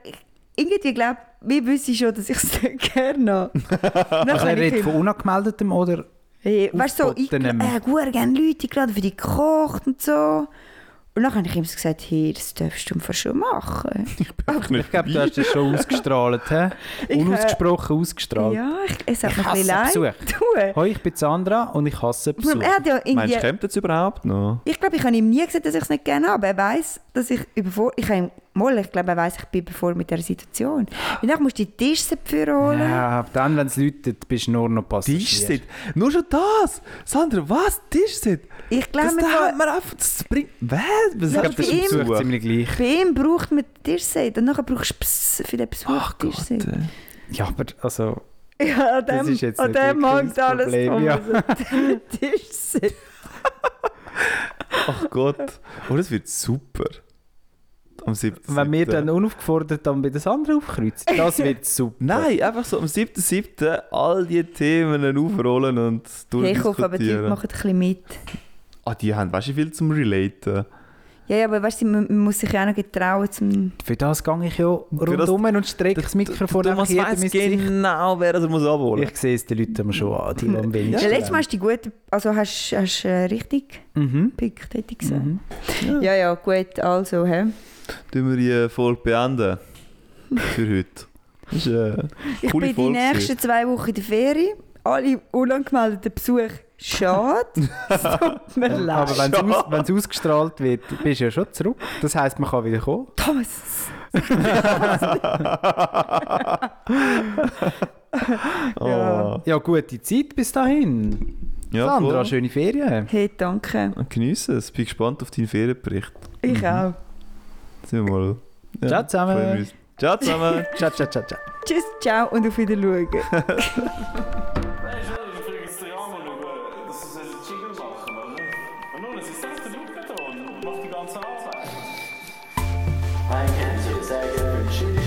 S5: irgendwie glaubt, wir wissen schon, dass ich es (laughs) nicht gerne habe.
S3: (laughs)
S5: Dann
S3: Also er
S5: habe ich
S3: redet
S5: ihm-
S3: von unangemeldetem oder
S5: Hey, weißt du, so, ich
S3: Aufgebotenem.
S5: äh, gut, gerne Leute gerade für dich gekocht und so. Und dann habe ich ihm so gesagt, hey, das darfst du einfach schon machen.
S3: ich glaube, du hast das schon ausgestrahlt, hä?
S5: Ich, äh,
S3: Unausgesprochen ausgestrahlt.
S5: Ja, ich, es hat
S3: Ich
S5: mir ein bisschen
S3: hasse
S5: leid. (laughs) tun.
S3: Hoi, ich bin Sandra und ich hasse Besuch.
S5: Er hat ja
S4: Meinst
S5: irgendwie
S4: du, kommt das überhaupt noch?
S5: Ich glaube, ich habe ihm nie gesagt, dass ich es nicht gerne habe. Er weiß, dass ich übervor... Ich habe ihm... Mal, ich glaube, er weiß, ich bin bevor mit dieser Situation. Und dann musst du die Tische dafür holen.
S3: Ja, ab dann, wenn es läutet, bist du nur noch Passagier.
S4: Tischset. Nur schon das. Sandra, was? Tischset?
S5: Ich glaube,
S4: Das
S5: mit-
S4: da hat man einfach... Das bringt... Was? Was
S3: Ich
S5: Ja,
S3: glaube, das
S4: hast du
S5: bei
S3: ist
S4: für
S3: im Besuch
S4: Besuch?
S3: ziemlich gleich.
S5: bei ihm braucht man die Tischseite. Und nachher brauchst du Ps- für den Besuch
S4: Ach
S5: die
S4: Gott.
S5: Tischseite.
S4: äh.
S3: Ja, aber also,
S5: Ja, an
S3: Das ist
S5: dem,
S3: jetzt
S5: an
S3: nicht
S5: dem
S3: wirklich
S5: hängt
S3: das
S5: alles
S3: Problem,
S5: drum.
S3: ja.
S5: Also, (laughs) die Tischseite.
S4: Ach Gott. Oh, das wird super. Am 17.
S3: wenn wir dann unaufgefordert dann bei das andere aufkreuzen, das wird super.
S4: Nein, einfach so am 7.7. all die Themen aufrollen und
S5: Hey,
S4: durchdiskutieren.
S5: ich hoffe, aber die Leute machen ein bisschen mit.
S4: Ah, die haben weißt du viel zum Relaten.
S5: Ja, ja, aber weißt du, man man muss sich ja auch noch getrauen, zum...
S3: Für das gehe ich ja rundum und strecke das Mikrofon
S4: Du- du-
S3: einfach
S4: Thomas
S3: jedem
S4: weiss
S3: ins Gesicht.
S4: genau, wer das muss abholen muss.
S3: Ich sehe es den Leuten schon an, die die am
S5: Ja,
S3: wenigsten.
S5: letztes Mal hast du die gute... Also hast du richtig
S3: Mhm.
S5: gepickt, hätte ich gesagt.
S3: Mhm.
S5: Ja, ja, gut, also, hä?
S4: Tun wir die Folge
S5: (laughs)
S4: beenden. Für heute. Das ist, äh,
S5: Ich
S4: Coole
S5: bin
S4: Folge
S5: die nächsten zwei Wochen in der Ferien. Alle unangemeldeten Besuche,
S4: (laughs)
S5: schade. Es tut mir leid.
S3: Aber wenn es aus, wenn's ausgestrahlt wird, bist du ja schon zurück. Das heisst, man kann wieder kommen.
S5: Thomas,
S4: oh.
S5: Ja.
S4: ja.
S3: Ja, gute Zeit bis dahin. Sandra,
S4: Sandra, schön.
S3: schöne Ferien.
S5: hey, danke.
S4: Geniesse es. Bin gespannt auf deinen Ferienbericht.
S5: Ich auch.
S4: Sehen wir mal. Ja,
S3: Ciao zusammen.
S4: freuen uns. Ciao zusammen.
S3: Ciao, ciao, ciao, ciao.
S5: Tschüss, ciao und auf Wiedersehen.
S1: Nein, schon, ich kriege jetzt den Jammer schauen. Das ne? ist ein Jingle machen, oder? Und nun, es ist echt der Luftbeton. Macht die ganze Arbeit.
S2: I can't say it's that good for cheese